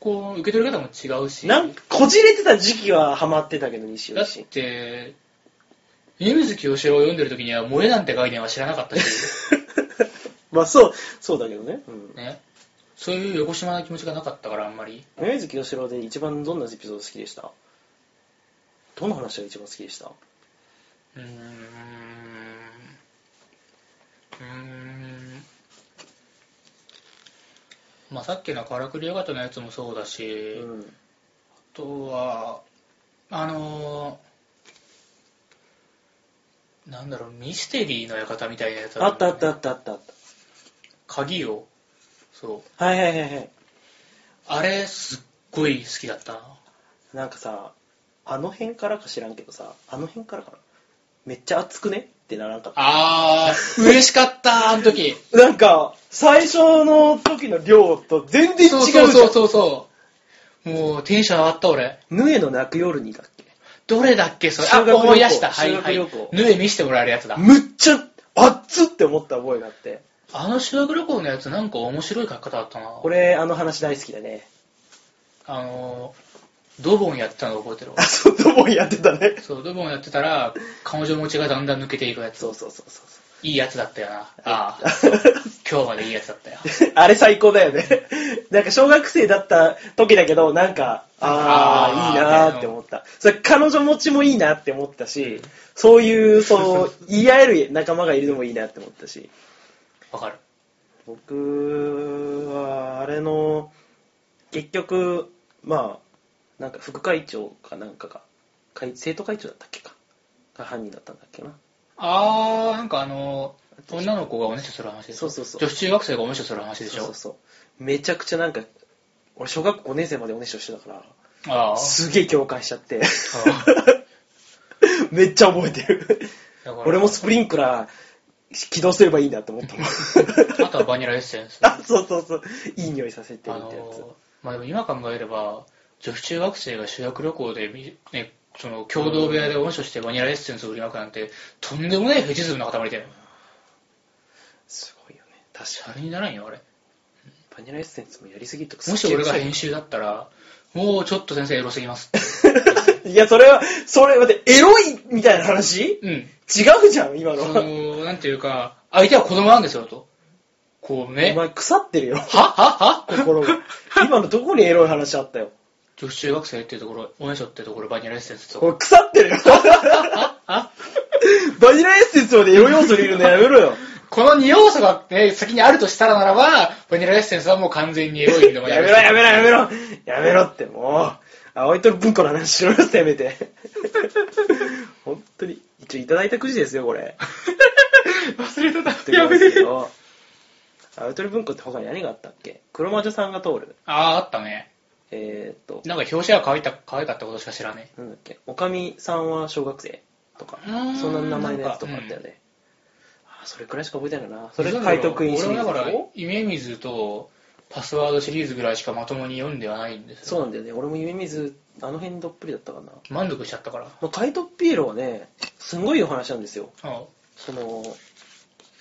Speaker 1: こう、受け取り方も違うし、だ
Speaker 2: なんかこじれてた時期はハマってたけど、西尾維新
Speaker 1: っ。て、家水清志郎を読んでるときには、萌えなんて概念は知らなかったし、
Speaker 2: まあそう、そうだけどね。うん。
Speaker 1: ね、そういう横島な気持ちがなかったから、あんまり。
Speaker 2: 梅月清志郎で一番どんなエピソード好きでしたどの話が一番好きでした
Speaker 1: うーん、うーん、まあさっきのからくりやがたのやつもそうだし、
Speaker 2: うん。
Speaker 1: あとはあのーなんだろうミステリーの館みたいなやつ
Speaker 2: あったあ
Speaker 1: るん
Speaker 2: っ
Speaker 1: だ
Speaker 2: たあ
Speaker 1: よね
Speaker 2: ったあったあっ
Speaker 1: 鍵をそう
Speaker 2: た。はいはいはいはい。
Speaker 1: あれすっごい好きだったな
Speaker 2: なんかさ、あの辺からか知らんけどさ、あの辺からかな。めっちゃ熱くねってならんかっ
Speaker 1: あー嬉しかったあの時
Speaker 2: た。なんか、最初の時の量と全然違うじゃ
Speaker 1: そ
Speaker 2: ん。
Speaker 1: うそうそうそうそうもうテンション上がった俺
Speaker 2: ヌエの泣く夜にだっけ
Speaker 1: どれだっけそれあ
Speaker 2: 修学旅行
Speaker 1: 思い出したはい
Speaker 2: 修
Speaker 1: は
Speaker 2: 学
Speaker 1: い
Speaker 2: 旅行
Speaker 1: ヌエ見せてもらえるやつだ
Speaker 2: むっちゃ熱っって思った覚えがあって。
Speaker 1: あの修学旅行のやつなんか面白い書き方だったな
Speaker 2: 俺、あの話大好きだね。
Speaker 1: あのードボンやってたの覚えてる
Speaker 2: あ、そう、ドボンやってたね。
Speaker 1: そう、ドボンやってたら、彼女持ちがだんだん抜けていくやつ
Speaker 2: そ
Speaker 1: を
Speaker 2: う、そうそうそう。
Speaker 1: いいやつだったよな。ああ、今日までいいやつだったよ。
Speaker 2: あれ最高だよね。 なんか小学生だった時だけど、なんか、あ
Speaker 1: あー
Speaker 2: あ、いいなーって思った。それ彼女持ちもいいなって思ったし、そういう、 そう、言い合える仲間がいるのもいいなって思ったし。
Speaker 1: わかる。
Speaker 2: 僕は、あれの、結局、まあ、なんか副会長かなんかが、会生徒会長だったっけか、が犯人だったんだっけな。
Speaker 1: ああ、なんかあの、女の子がおねしょする話でしょ。
Speaker 2: そうそうそう
Speaker 1: 女子中学生がおねしょする話でしょ。
Speaker 2: そうそうそう。めちゃくちゃなんか、俺小学校5年生までおねしょしてたから、
Speaker 1: ああ。
Speaker 2: すげえ共感しちゃって。
Speaker 1: あ
Speaker 2: めっちゃ覚えてる。
Speaker 1: あだから
Speaker 2: 俺もスプリンクラー起動すればいいなって 思ったもん。
Speaker 1: あとはバニラエッセンス。あ
Speaker 2: あ、そうそうそう。いい匂いさせてるってやつ。
Speaker 1: の、まあでも今考えれば、女子中学生が修学旅行でみ、ね、その共同部屋でおねしょしてバニラエッセンスを売りまくなんて、とんでもないフェチズムの塊だよ。
Speaker 2: すごいよね。確か
Speaker 1: シャレにならんよ、あれ。
Speaker 2: に。バニラエッセンスもやりすぎとか
Speaker 1: もし俺が編集だったら、もうちょっと先生エロすぎますって。
Speaker 2: いや、それは、それ、待って、エロいみたいな話
Speaker 1: うん。
Speaker 2: 違うじゃん、今
Speaker 1: そ
Speaker 2: の。
Speaker 1: の、なんていうか、相手は子供なんですよと。こう
Speaker 2: お
Speaker 1: ね。
Speaker 2: 前腐っ てるよ、
Speaker 1: ははは
Speaker 2: 心が。今のどこにエロい話あったよ。
Speaker 1: 女子中学生っていうところ、おねしょってところ、バニラエッセンスと。
Speaker 2: これ腐って るよ。バニラエッセンスまでエロ要素入れるのやめろ よ。
Speaker 1: この2要素が、ね、先にあるとしたらならば、バニラエッセンスはもう完全にエロい意味のバニ
Speaker 2: や
Speaker 1: ラエッ
Speaker 2: め
Speaker 1: センス
Speaker 2: ろやめろやめろやめろ ってもう、葵と文庫の話しろよ、せめて。本当に、一応いただいたくじですよ、これ。
Speaker 1: 忘れてた。
Speaker 2: 言っ
Speaker 1: やべ
Speaker 2: ときますけ
Speaker 1: え。
Speaker 2: ど。アウトリ文庫って他に何があったっけ黒魔女さんが通る。
Speaker 1: ああ、あったね。
Speaker 2: えー、っと、
Speaker 1: なんか表紙が可愛いた可愛かったことしか知らね
Speaker 2: なんだっけ、おかみさんは小学生とか
Speaker 1: う、ーん
Speaker 2: そんな名前のやつとかあったよね。あーそれくらいしか覚えてないかな。それが海徳院シリーズ
Speaker 1: 俺はだから
Speaker 2: でしょ、
Speaker 1: 夢水とパスワードシリーズぐらいしかまともに読んではないんですよ。
Speaker 2: そうなんだよね。俺も夢水、あの辺どっぷりだったかな。
Speaker 1: 満足しちゃったから。
Speaker 2: まあ、海徳ピエロはね、すんごいお話なんですよ。
Speaker 1: あ
Speaker 2: その、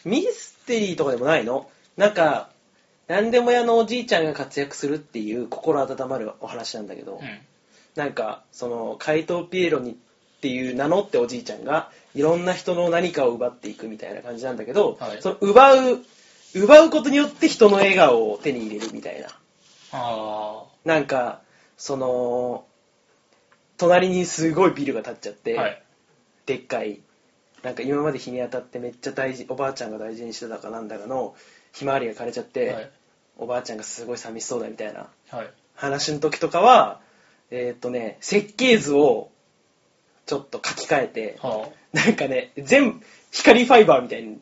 Speaker 2: ミステリーとかでもないの。なんか、何でも屋のおじいちゃんが活躍するっていう心温まるお話なんだけど、
Speaker 1: うん。
Speaker 2: なんか、その、怪盗ピエロにっていう名乗っておじいちゃんが、いろんな人の何かを奪っていくみたいな感じなんだけど、
Speaker 1: はい
Speaker 2: その奪う、奪うことによって人の笑顔を手に入れるみたいな。
Speaker 1: あ
Speaker 2: なんか、その、隣にすごいビルが建っちゃっ
Speaker 1: あ。
Speaker 2: て、
Speaker 1: はい。
Speaker 2: でっかいなんか今まで日に当たってめっちゃ大事おばあちゃんが大事にしてたかなんだかのひまわりが枯れちゃって、
Speaker 1: はい。
Speaker 2: おばあちゃんがすごい寂しそうだみたいな
Speaker 1: はい。
Speaker 2: 話の時とかはえーっとね設計図をちょっと書き換えて
Speaker 1: は
Speaker 2: なんかね全部光ファイバーみたい に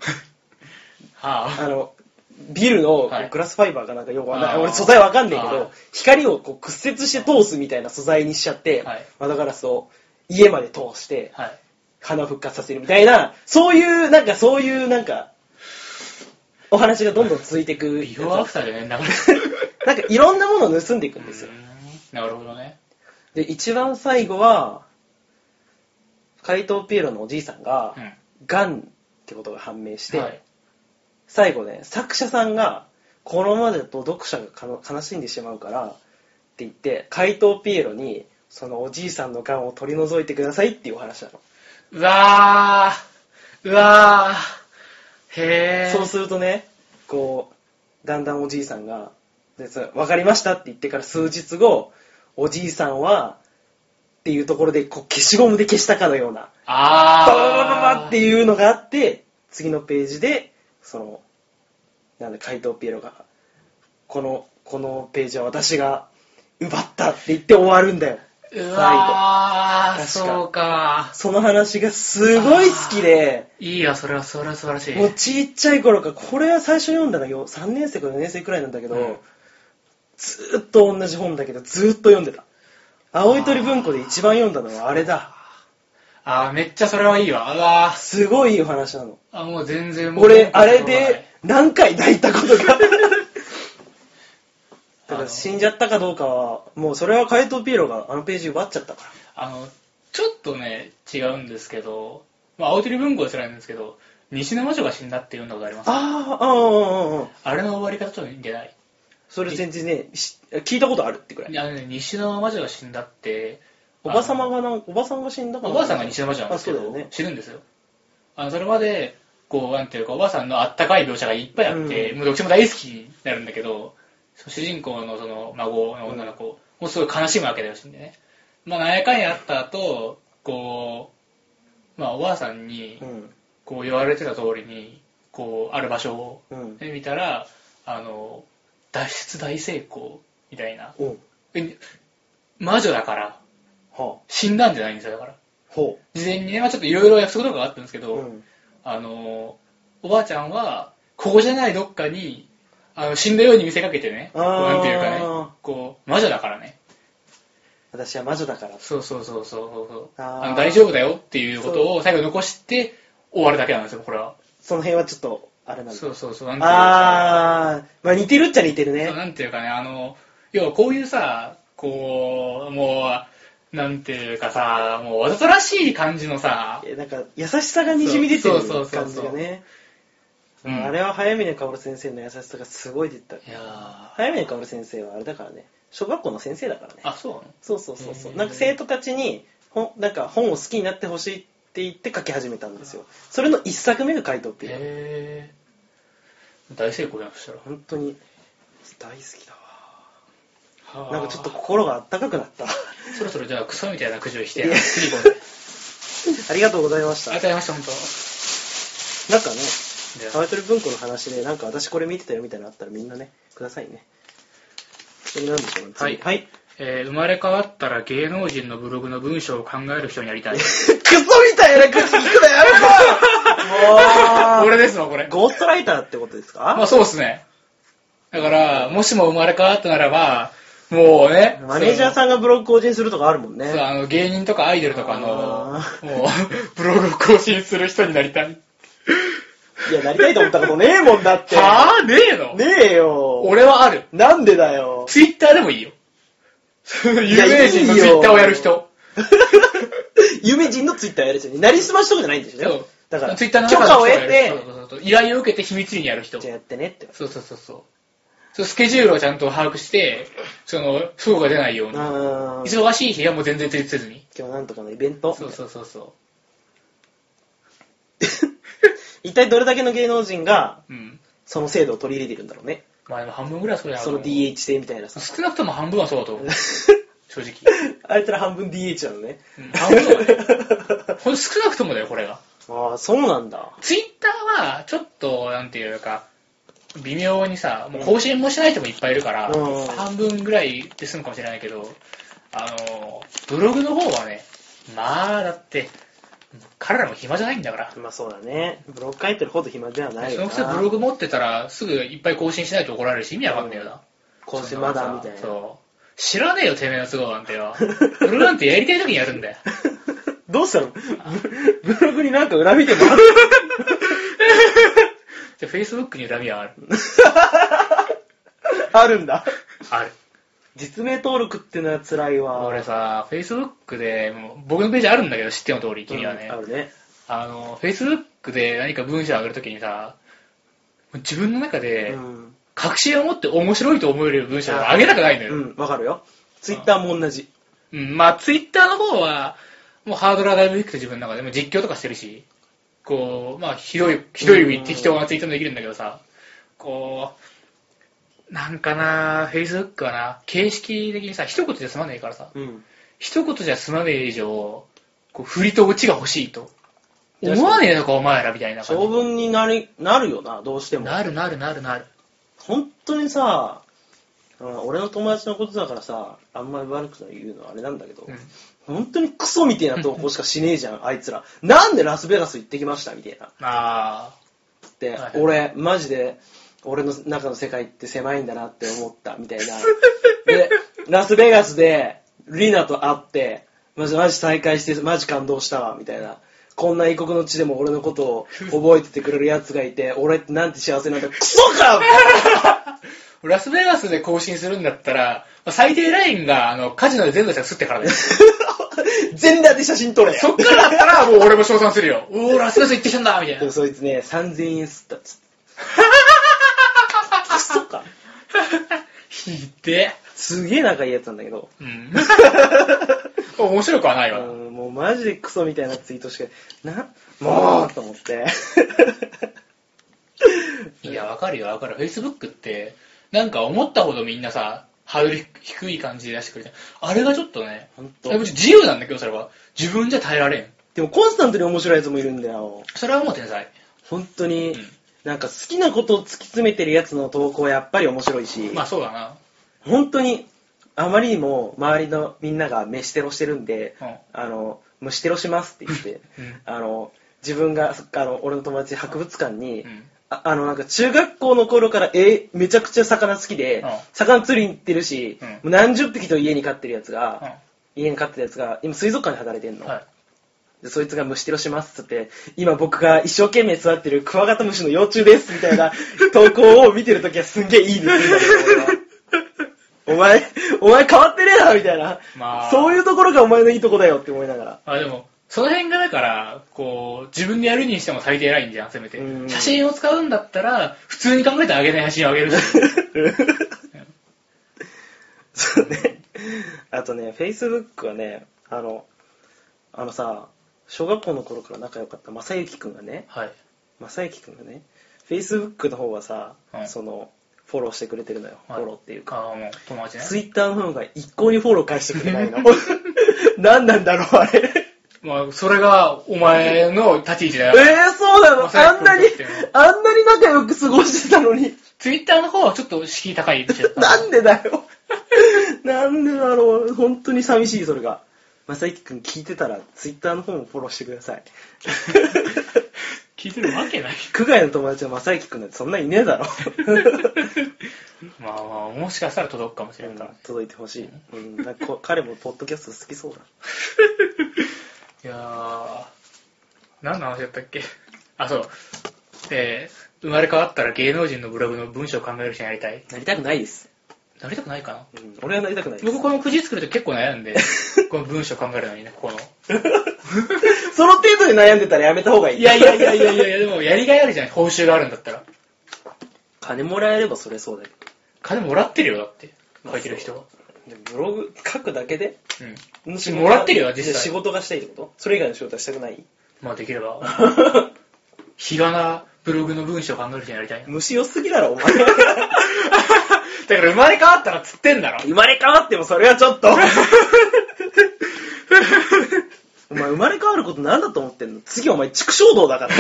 Speaker 1: あ。は
Speaker 2: あのビルの
Speaker 1: はい
Speaker 2: グラスファイバーかなんかよくわかんない、
Speaker 1: あー
Speaker 2: 俺素材わかんないけ
Speaker 1: はい
Speaker 2: ど光をこう屈折して通すみたいな素材にしちゃって、
Speaker 1: はい
Speaker 2: 窓ガラスを家まで通して、
Speaker 1: あ。はい。
Speaker 2: 花を復活させるみたいな、そういう、なんかそういう、なんか、お話がどんどん続いていく。
Speaker 1: ビフォーアフターじゃねえんだから。
Speaker 2: なんかいろんなものを盗んでいくんですよ。
Speaker 1: うんなるほどね。
Speaker 2: で、一番最後は、怪盗ピエロのおじいさんが
Speaker 1: う、ん。
Speaker 2: ガンってことが判明して、
Speaker 1: はい。
Speaker 2: 最後ね、作者さんが、このままだと読者がかの悲しんでしまうから、って言って、怪盗ピエロに、そのおじいさんのガンを取り除いてくださいっていうお話なの。
Speaker 1: うわー。うわー。へえ。
Speaker 2: そうするとね、こう、だんだんおじいさんが、でそうわかりましたって言ってから数日後、おじいさんは、っていうところで、こう消しゴムで消したかのような、
Speaker 1: あ
Speaker 2: バ
Speaker 1: ー。
Speaker 2: バババババっていうのがあって、次のページで、その、なんだ、怪盗ピエロが、この、このページは私が奪ったって言って終わるんだよ。
Speaker 1: うわー、
Speaker 2: 最後確か
Speaker 1: そうか。
Speaker 2: その話がすごい好きで、
Speaker 1: いいよ、それは、それは素晴らしい。
Speaker 2: もうちっちゃい頃から、これは最初読んだのよ、3年生か4年生くらいなんだけど、
Speaker 1: うん
Speaker 2: ずーっと同じ本だけど、ずーっと読んでた。青い鳥文庫で一番読んだのはあれだ。
Speaker 1: あー、めっちゃそれはいいわ。うわー。
Speaker 2: すごいいいお話なの。
Speaker 1: あ、もう全然もう
Speaker 2: 俺、あれで、何回泣いたことが。 だから死んじゃったかどうかは、もうそれは怪盗ピエロがあのページ奪っちゃったか
Speaker 1: あの、ちょっとね、違うんですけど、まあ、青鳥文庫は知らないんですけど、西沼女が死んだって読んだことありま
Speaker 2: ら。
Speaker 1: す
Speaker 2: ああ、ああ、ああ、
Speaker 1: あれの終わり方ちょっと似てない。
Speaker 2: それ全然ね、し聞いたことあるってくらい。
Speaker 1: いやあのね、西沼魔女が死んだって、
Speaker 2: おばさま
Speaker 1: が、
Speaker 2: がな、おばさんが死んだか
Speaker 1: お
Speaker 2: ら。
Speaker 1: ばあさんが西沼魔女なんですけ
Speaker 2: あそ
Speaker 1: ど、
Speaker 2: うだよね
Speaker 1: 死ぬんですよ。あの、それまで、こう、なんていうか、おばあさんのあったかい描写がいっぱいあって、
Speaker 2: う
Speaker 1: もうどっちも大好きになるんだけど、その主人公のその孫の女の子、もうすごい悲しむわけだよ、死んでね。まあ、何やかんやあった後、こう、まあ、おばあさんに、
Speaker 2: うん。
Speaker 1: こう言われてた通りにこうある場所を
Speaker 2: うん。
Speaker 1: で見たらあの脱出大成功みたいな
Speaker 2: うん。
Speaker 1: え魔女だから
Speaker 2: はあ、
Speaker 1: 死んだんじゃないんですよだから
Speaker 2: ほ
Speaker 1: 事前にね、まあ、ちょっといろいろ約束とかがあったんですけ
Speaker 2: う。
Speaker 1: ど、あのおばあちゃんはここじゃないどっかにあの死んだように見せかけてねこう
Speaker 2: あー
Speaker 1: なんていうかねこう魔女だからね
Speaker 2: 私は魔女だから。
Speaker 1: そうそうそうそうそうそう
Speaker 2: あー
Speaker 1: あの大丈夫だよっていうことを最後残して終わるだけなんですよこれは
Speaker 2: その辺はちょっと、あれなんだ。
Speaker 1: そうそうそうなんていうか
Speaker 2: あー、まあ似てるっちゃ似てる
Speaker 1: そう
Speaker 2: ね。
Speaker 1: なんていうかね、あの、要はこういうさ、こう、もう、なんていうかさ、もうわざとらしい感じのさ、
Speaker 2: えなんか、優しさがにじみ出てる
Speaker 1: そうそうそう
Speaker 2: 感じ
Speaker 1: そう
Speaker 2: がね。
Speaker 1: うん
Speaker 2: あれは早峰薫先生の優しさがすごい出てた。
Speaker 1: いやー
Speaker 2: 早峰薫先生はあれだからね、小学校の先生だからね。
Speaker 1: あ、そうなの
Speaker 2: そうそうそうそうう。
Speaker 1: ん
Speaker 2: なんか生徒たちに、ほんなんか本を好きになってほしいって言って書き始めたんですよ。それの一作目が書いてっていう。
Speaker 1: へー大成功やん、そしたら。
Speaker 2: 本当に、大好きだ
Speaker 1: は
Speaker 2: わ。
Speaker 1: ー
Speaker 2: なんかちょっと心があったかくなった。
Speaker 1: そろそろじゃあ、クソみたいなくじを引いて、
Speaker 2: いや
Speaker 1: 次行こうぜ。
Speaker 2: ありがとうございまし
Speaker 1: あ
Speaker 2: た
Speaker 1: りが。とうございました、本当。
Speaker 2: なんかね、
Speaker 1: じゃあ
Speaker 2: タイトル文庫の話で、なんか私これ見てたよみたいなのあったらみんなね、くださいね。次なんでしょうね。次
Speaker 1: はい
Speaker 2: はい。
Speaker 1: えー生まれ変わったら芸能人のブログの文章を考える人になりたい。
Speaker 2: クソみたいな口聞くのやめろ
Speaker 1: 俺ですわ、これ。
Speaker 2: ゴーストライターってことです
Speaker 1: ま
Speaker 2: か
Speaker 1: あそうですね。だから、もしも生まれ変わったならば、もうね、
Speaker 2: マネージャー
Speaker 1: ん
Speaker 2: さんがブログ更新するとかあるもんね。
Speaker 1: あの芸人とかアイドルとかの、
Speaker 2: あ
Speaker 1: もう、ブログを更新する人になりたい。
Speaker 2: いや、なりたいと思ったことねえもんだって。
Speaker 1: はぁねえの、
Speaker 2: ねえよ。
Speaker 1: 俺はある。
Speaker 2: なんでだ よ。
Speaker 1: ツイッターでもいいよ。有名人のツイッターをやる人。
Speaker 2: 有名人のツイッターやる人になりすましとかじゃないんでしょ
Speaker 1: そう
Speaker 2: だから、
Speaker 1: ツイッターの
Speaker 2: 許
Speaker 1: 中の
Speaker 2: 可を得
Speaker 1: そう
Speaker 2: て、
Speaker 1: そうそうそう依頼を受けて秘密裏にやる人。
Speaker 2: じゃあやってねって。
Speaker 1: そうそうそうそう。そうスケジュールをちゃんと把握して、その、不幸が出ないよう
Speaker 2: う
Speaker 1: に。
Speaker 2: ーん。今
Speaker 1: 忙しい日はもう全然ツイートせずに。
Speaker 2: 日なんとかのイベント。
Speaker 1: そうそうそうそ
Speaker 2: 一体どれだけの芸能人が、
Speaker 1: う。うん。
Speaker 2: その制度を取り入れてるんだろうね。
Speaker 1: まあでも半分ぐらいはそれや
Speaker 2: その DH 制みたいなさ。
Speaker 1: 少なくとも半分はそうだと思う。正直。
Speaker 2: あいつら半分 DH なのね。
Speaker 1: うん半分はね。ほんと少なくともだよ、これが。
Speaker 2: ああ、そうなんだ。
Speaker 1: ツイッターは、ちょっと、なんていうか、微妙にさ、もう更新もしない人もいっぱいいるから、
Speaker 2: うん
Speaker 1: 半分ぐらいで済むかもしれないけど、あの、ブログの方はね、まあ、だって、彼らも暇じゃないんだから。
Speaker 2: まあそうだね。ブログ書いてるほど暇ではない
Speaker 1: そ
Speaker 2: よ
Speaker 1: の
Speaker 2: な。
Speaker 1: くせブログ持ってたら、すぐいっぱい更新しないと怒られるし、意味わかんねえよな。
Speaker 2: 更新まだみたいな。
Speaker 1: そう。知らねえよ、てめえの都合なんてよ。ブログなんてやりたい時にやるんだよ。
Speaker 2: どうしたのブブログになんか恨み でもある
Speaker 1: じゃあ、Facebook に恨みはある。
Speaker 2: あるんだ。
Speaker 1: ある。
Speaker 2: 実名登録ってのは辛いわ。
Speaker 1: 俺さ、Facebook で、もう僕のページあるんだけど、知っての通り、君はね。
Speaker 2: うんあるね。
Speaker 1: あの、Facebook で何か文章上げるときにさ、自分の中で、
Speaker 2: うん。
Speaker 1: 確信を持って面白いと思える文章を上げたくないのよ。
Speaker 2: うん、わかるよ。ツイッターも同じ。
Speaker 1: うん、まあ、ツイッターの方は、もうハードルはだいぶ低くて自分の中でもう実況とかしてるし、こう、まあ、ひどい、ひど
Speaker 2: う
Speaker 1: い
Speaker 2: ん
Speaker 1: 適当なツイートもできるんだけどさ、こう、なんかな、Facebook はな、形式的にさ、一言じゃ済まないからさ、
Speaker 2: うん。
Speaker 1: 一言じゃ済まない以上、こう、振りとオチが欲しいと。思わねえのか、お前ら、みたいな感
Speaker 2: 長
Speaker 1: じ。
Speaker 2: 文になり、なるよな、どうしても。
Speaker 1: なるなるなるなる。
Speaker 2: 本当にさ、うん俺の友達のことだからさ、あんまり悪くない言うのはあれなんだけど、
Speaker 1: うん
Speaker 2: 本当にクソみたいな投稿しかしねえじゃん、 あいつら。なんでラスベガス行ってきましたみたいな。
Speaker 1: あ
Speaker 2: って、
Speaker 1: はいはい
Speaker 2: 俺、マジで、俺の中の世界って狭いんだなって思った、みたい な。で、ラスベガスで、リナと会って、マジ、マジ再会して、マジ感動したわ、みたいな。こんな異国の地でも俺のこと を覚えててくれる奴がいて、俺ってなんて幸せなんだ。クソかみたいな
Speaker 1: ーラスベガスで更新するんだったら、まあ最低ラインが、あの、カジノで全部すってからだよ。
Speaker 2: 全裸で写真撮れ
Speaker 1: そっからだったら、もう俺も称賛するよ。 おー、ラスベガス行ってきたんだみたい
Speaker 2: でも
Speaker 1: な。
Speaker 2: そいつね、3000円吸ったっつって。クソ か。
Speaker 1: ひで
Speaker 2: すげえ仲いいやつなんだけど。
Speaker 1: え。 うん。面白くはないわ。
Speaker 2: うんもうマジでクソみたいなツイートしか、な、もうと思って。
Speaker 1: いや、わかるよ、わかる。Facebook って、なんか思ったほどみんなさ、ハードル低い感じで出してくれて、あれがちょっとね、
Speaker 2: ほんと
Speaker 1: だいぶ自由なんだけど、それは。自分じゃ耐えられん。
Speaker 2: でもコンスタントに面白いやつもいるんだよ。
Speaker 1: それはもう天才。
Speaker 2: 本当に、
Speaker 1: うん
Speaker 2: なんか好きなことを突き詰めてるやつの投稿はやっぱり面白いし、
Speaker 1: まあそうだな。
Speaker 2: 本当に、あまりにも周りのみんなが飯テロしてるんで、
Speaker 1: うん
Speaker 2: あの、虫テロしますって言って、
Speaker 1: うん
Speaker 2: あの、自分が、あの、俺の友達博物館に、
Speaker 1: うん。
Speaker 2: ああの、なんか中学校の頃から、えめちゃくちゃ魚好きで、
Speaker 1: うん
Speaker 2: 魚釣りに行ってるし、
Speaker 1: うん
Speaker 2: もう何十匹と家に飼ってるやつ
Speaker 1: う
Speaker 2: が、家に飼ってるやつが、今水族館で働いてん
Speaker 1: ん。
Speaker 2: の。
Speaker 1: はい。
Speaker 2: でそいつが虫テロしますっつって、今僕が一生懸命育ってるクワガタムシの幼虫ですみたいな投稿を見てるときはすんげえいいです お前、お前変わってねえなみたいな、
Speaker 1: まあ
Speaker 2: そういうところがお前のいいとこだよって思いながら。
Speaker 1: あでも、その辺がだから、こう、自分でやるにしても最低ラインじゃん、せめて
Speaker 2: う。ん
Speaker 1: 写真を使うんだったら、普通に考えてあげない写真をあげるし。
Speaker 2: そうね。あとね、Facebook はね、あの、あのさ、小学校の頃から仲良かった正幸くんがね、
Speaker 1: はい。
Speaker 2: 正幸くんがね、Facebook の方はさ、
Speaker 1: はい
Speaker 2: その、フォローしてくれてるのよ。
Speaker 1: はい
Speaker 2: フォローっていうか。
Speaker 1: ああ、もう友達ね。
Speaker 2: Twitter の方が一向にフォロー返してくれ ないの。何なんだろう、あれ。
Speaker 1: まあ、それが、お前の立ち位置だ
Speaker 2: え
Speaker 1: よ。
Speaker 2: ー、そうなの
Speaker 1: 正幸
Speaker 2: あん
Speaker 1: くんだ
Speaker 2: な
Speaker 1: っ
Speaker 2: に
Speaker 1: ていうの、
Speaker 2: あんなに仲良く過ごしてたのに、
Speaker 1: ツイッターの方はちょっと敷居高いでしょ。
Speaker 2: なんでだよ。 なんでだろう、本当に寂しい、それが。まさゆきくん聞いてたら、ツイッターの方もフォローしてください。
Speaker 1: 聞いてるわけない。
Speaker 2: 区外の友達はまさゆきくんなんてそんないねえ だろ。
Speaker 1: まあまあ、もしかしたら届くかもしれん から。い
Speaker 2: 届いてほしい。うん、なんかこ彼もポッドキャスト好きそうだ。
Speaker 1: やー、何の話だったっけあ、そう。えー、生まれ変わったら芸能人のブログの文章を考える人になりたい。
Speaker 2: なりたくないです。
Speaker 1: なりたくないかな。
Speaker 2: うん、俺はなりたくないです。
Speaker 1: 僕このくじ作ると結構悩 んで、この文章考えるのにね、ここの。
Speaker 2: その程度で悩んでたらやめた方がいい。
Speaker 1: いやいやいやいやいやいや、でもやりがいあるじゃ ない。報酬があるんだったら。
Speaker 2: 金もらえればそれそうだけ
Speaker 1: 金もらってるよ、だって。書いてる人は。
Speaker 2: ど。でブログ書くだけで
Speaker 1: うん。
Speaker 2: も
Speaker 1: しもらってるよ実際
Speaker 2: 仕事がしたいってことそれ以外の仕事はしたくない
Speaker 1: まあできれば、日がなブログの文章を考える人になりた いな。
Speaker 2: 虫良すぎだろ、お前。
Speaker 1: だから生まれ変わったらつってんだろ。
Speaker 2: 生まれ変わってもそれはちょっと。 お前生まれ変わることなんだと思ってんの次お前畜生道だから。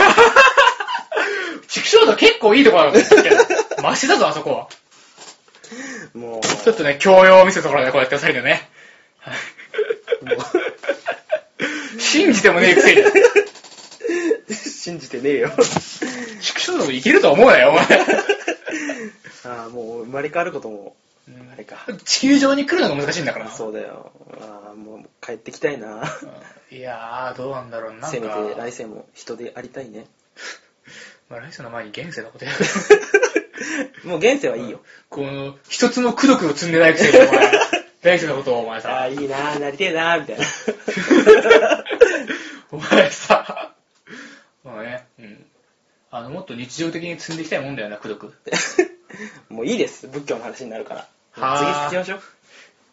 Speaker 1: 畜生度結構いいとこ ろだと思ってるけど。マシだぞ、あそこは。
Speaker 2: もう。
Speaker 1: ちょっとね、教養を見せたところでこうやって二人でね。はい
Speaker 2: も
Speaker 1: 信じてもねえくせに。
Speaker 2: 信じてねえよ。
Speaker 1: 畜生度いけると思うなよ、お前。
Speaker 2: ああ、もう生まれ変わることも、
Speaker 1: うん
Speaker 2: あれか。
Speaker 1: 地球上に来るのが難しいんだから。
Speaker 2: そうだよ。ああ、もう帰ってきたいな。
Speaker 1: うんいやー、どうなんだろうな。
Speaker 2: せめ
Speaker 1: なん
Speaker 2: て
Speaker 1: か
Speaker 2: 来世も人でありたいね。
Speaker 1: まあ、来世の前に現世のことやる。
Speaker 2: もう現世はいいよ。
Speaker 1: この、一つの功徳を積んでないくせに、お 前。来世のことをお前
Speaker 2: ああ、
Speaker 1: さ。
Speaker 2: いいな、なりてえな、みたいな。
Speaker 1: お前さ。まあね、うん。あの、もっと日常的に積んでいきたいもんだよな、功徳。
Speaker 2: もういいです。仏教の話になるから。
Speaker 1: はー
Speaker 2: 次行きましょう。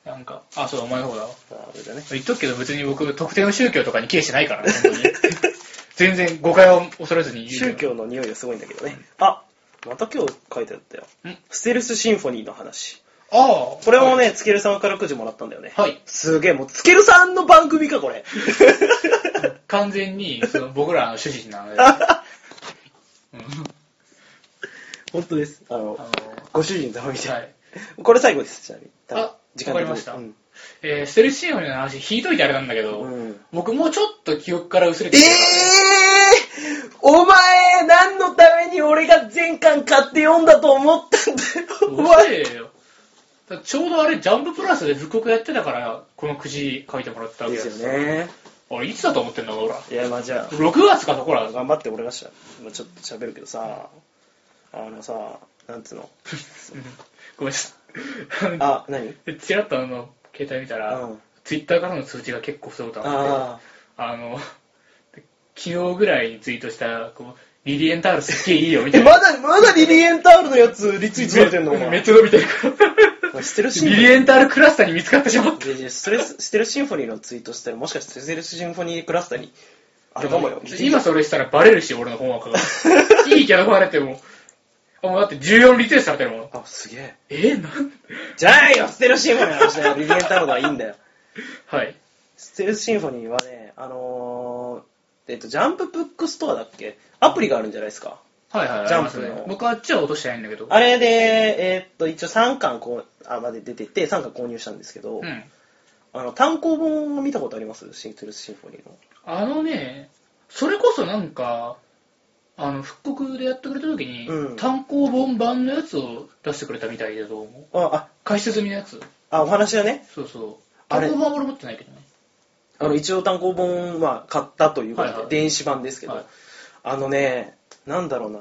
Speaker 1: なんか、あ、そうだ、お前の方だわ。
Speaker 2: ああ、俺だね。
Speaker 1: 言っとくけど別に僕、特定の宗教とかに敬意してないからね、本当に 全然誤解を恐れずに言う
Speaker 2: 宗
Speaker 1: けど。
Speaker 2: 教の匂いがすごいんだけどね。あ、また今日書いてあったよ
Speaker 1: ん。
Speaker 2: ステルスシンフォニーの話。
Speaker 1: ああ。
Speaker 2: これもね、つけるさんからくじもらったんだよね。
Speaker 1: はい。
Speaker 2: すげえ、もうつけるさんの番組か、これ。
Speaker 1: 完全に、その僕らの趣旨な ので。うん
Speaker 2: 本当です。あの
Speaker 1: あ、の
Speaker 2: ご主人様みた
Speaker 1: はいい。
Speaker 2: な。これ最後です、ちなみに。多分
Speaker 1: あ
Speaker 2: 的に
Speaker 1: わかりました
Speaker 2: うん
Speaker 1: えー、ステルスシーンの話、引いといてあれなんだけど、
Speaker 2: うん
Speaker 1: 僕もうちょっと記憶から薄れ
Speaker 2: え
Speaker 1: て
Speaker 2: え
Speaker 1: きてるからね
Speaker 2: ーお前、何のために俺が全巻買って読んだと思ったんだよ。お
Speaker 1: うる
Speaker 2: 前。
Speaker 1: せえよ。だちょうどあれ、ジャンププラスで復刻やってたから、このくじ書いてもらったわけ
Speaker 2: で
Speaker 1: だ
Speaker 2: すよね。
Speaker 1: あれ、いつだと思ってんだ、俺ら。
Speaker 2: いや、まあじゃあ。
Speaker 1: 6月かそこらだぞ。
Speaker 2: 頑張って俺がしゃ、まあ、ちょっと喋るけどさ、あのさ、なんつうの。
Speaker 1: ごめんなさい。
Speaker 2: あ、何
Speaker 1: でチラッとあの携帯見たら、
Speaker 2: うん
Speaker 1: ツイッターからの通知が結構不足だった
Speaker 2: あ
Speaker 1: ああので昨日ぐらいにツイートしたこうリリエンタールすっげえいいよみ
Speaker 2: え、
Speaker 1: たいな
Speaker 2: まだ、まだリリエンタールのやつリツイートされてんのお
Speaker 1: めめ
Speaker 2: 前
Speaker 1: っ。ちゃ伸びてるから
Speaker 2: ステルシン
Speaker 1: リ
Speaker 2: フ
Speaker 1: リ
Speaker 2: ォ
Speaker 1: エンタールクラスターに見つかってしまった
Speaker 2: ニー。ステルスステルシンフォニーのツイートしたら、もしかしてステルシンフォニークラスターに、あれかもよ。
Speaker 1: 今それしたらバレるし俺の本 枠がいいキャラバレてもあもうだって14リツイートされてるもん
Speaker 2: あ、すげえ。
Speaker 1: えー、なん
Speaker 2: じゃあよ、ステルシンフォニーの話だよ。リリエンタールのはいいんだよ。
Speaker 1: はい
Speaker 2: ステルスシンフォニーはね、あのー、えっと、ジャンプブックストアだっけアプリがあるんじゃないですか。
Speaker 1: はいはいはい
Speaker 2: ジャンプ
Speaker 1: ありますね僕はあっちは落としてないんだけど
Speaker 2: あれで、えーっと、一応3巻こう、あ、まで出てて、3巻購入したんですけど、
Speaker 1: うん
Speaker 2: あの、単行本を見たことありますシントルスシンフォニーの。
Speaker 1: あのね、それこそなんか、あの復刻でやってくれた時に、
Speaker 2: うん
Speaker 1: 単行本版のやつを出してくれたみたいだと思う。
Speaker 2: あ、
Speaker 1: 解説済みのやつ。
Speaker 2: あ、あお話はね、
Speaker 1: そうそう。
Speaker 2: あ
Speaker 1: 単
Speaker 2: れ
Speaker 1: 行本は俺持ってないけどね。
Speaker 2: あの、一応単行本、まあ、買ったということで、
Speaker 1: はいはい
Speaker 2: 電子版ですけど、
Speaker 1: はい
Speaker 2: あのね、なんだろうな、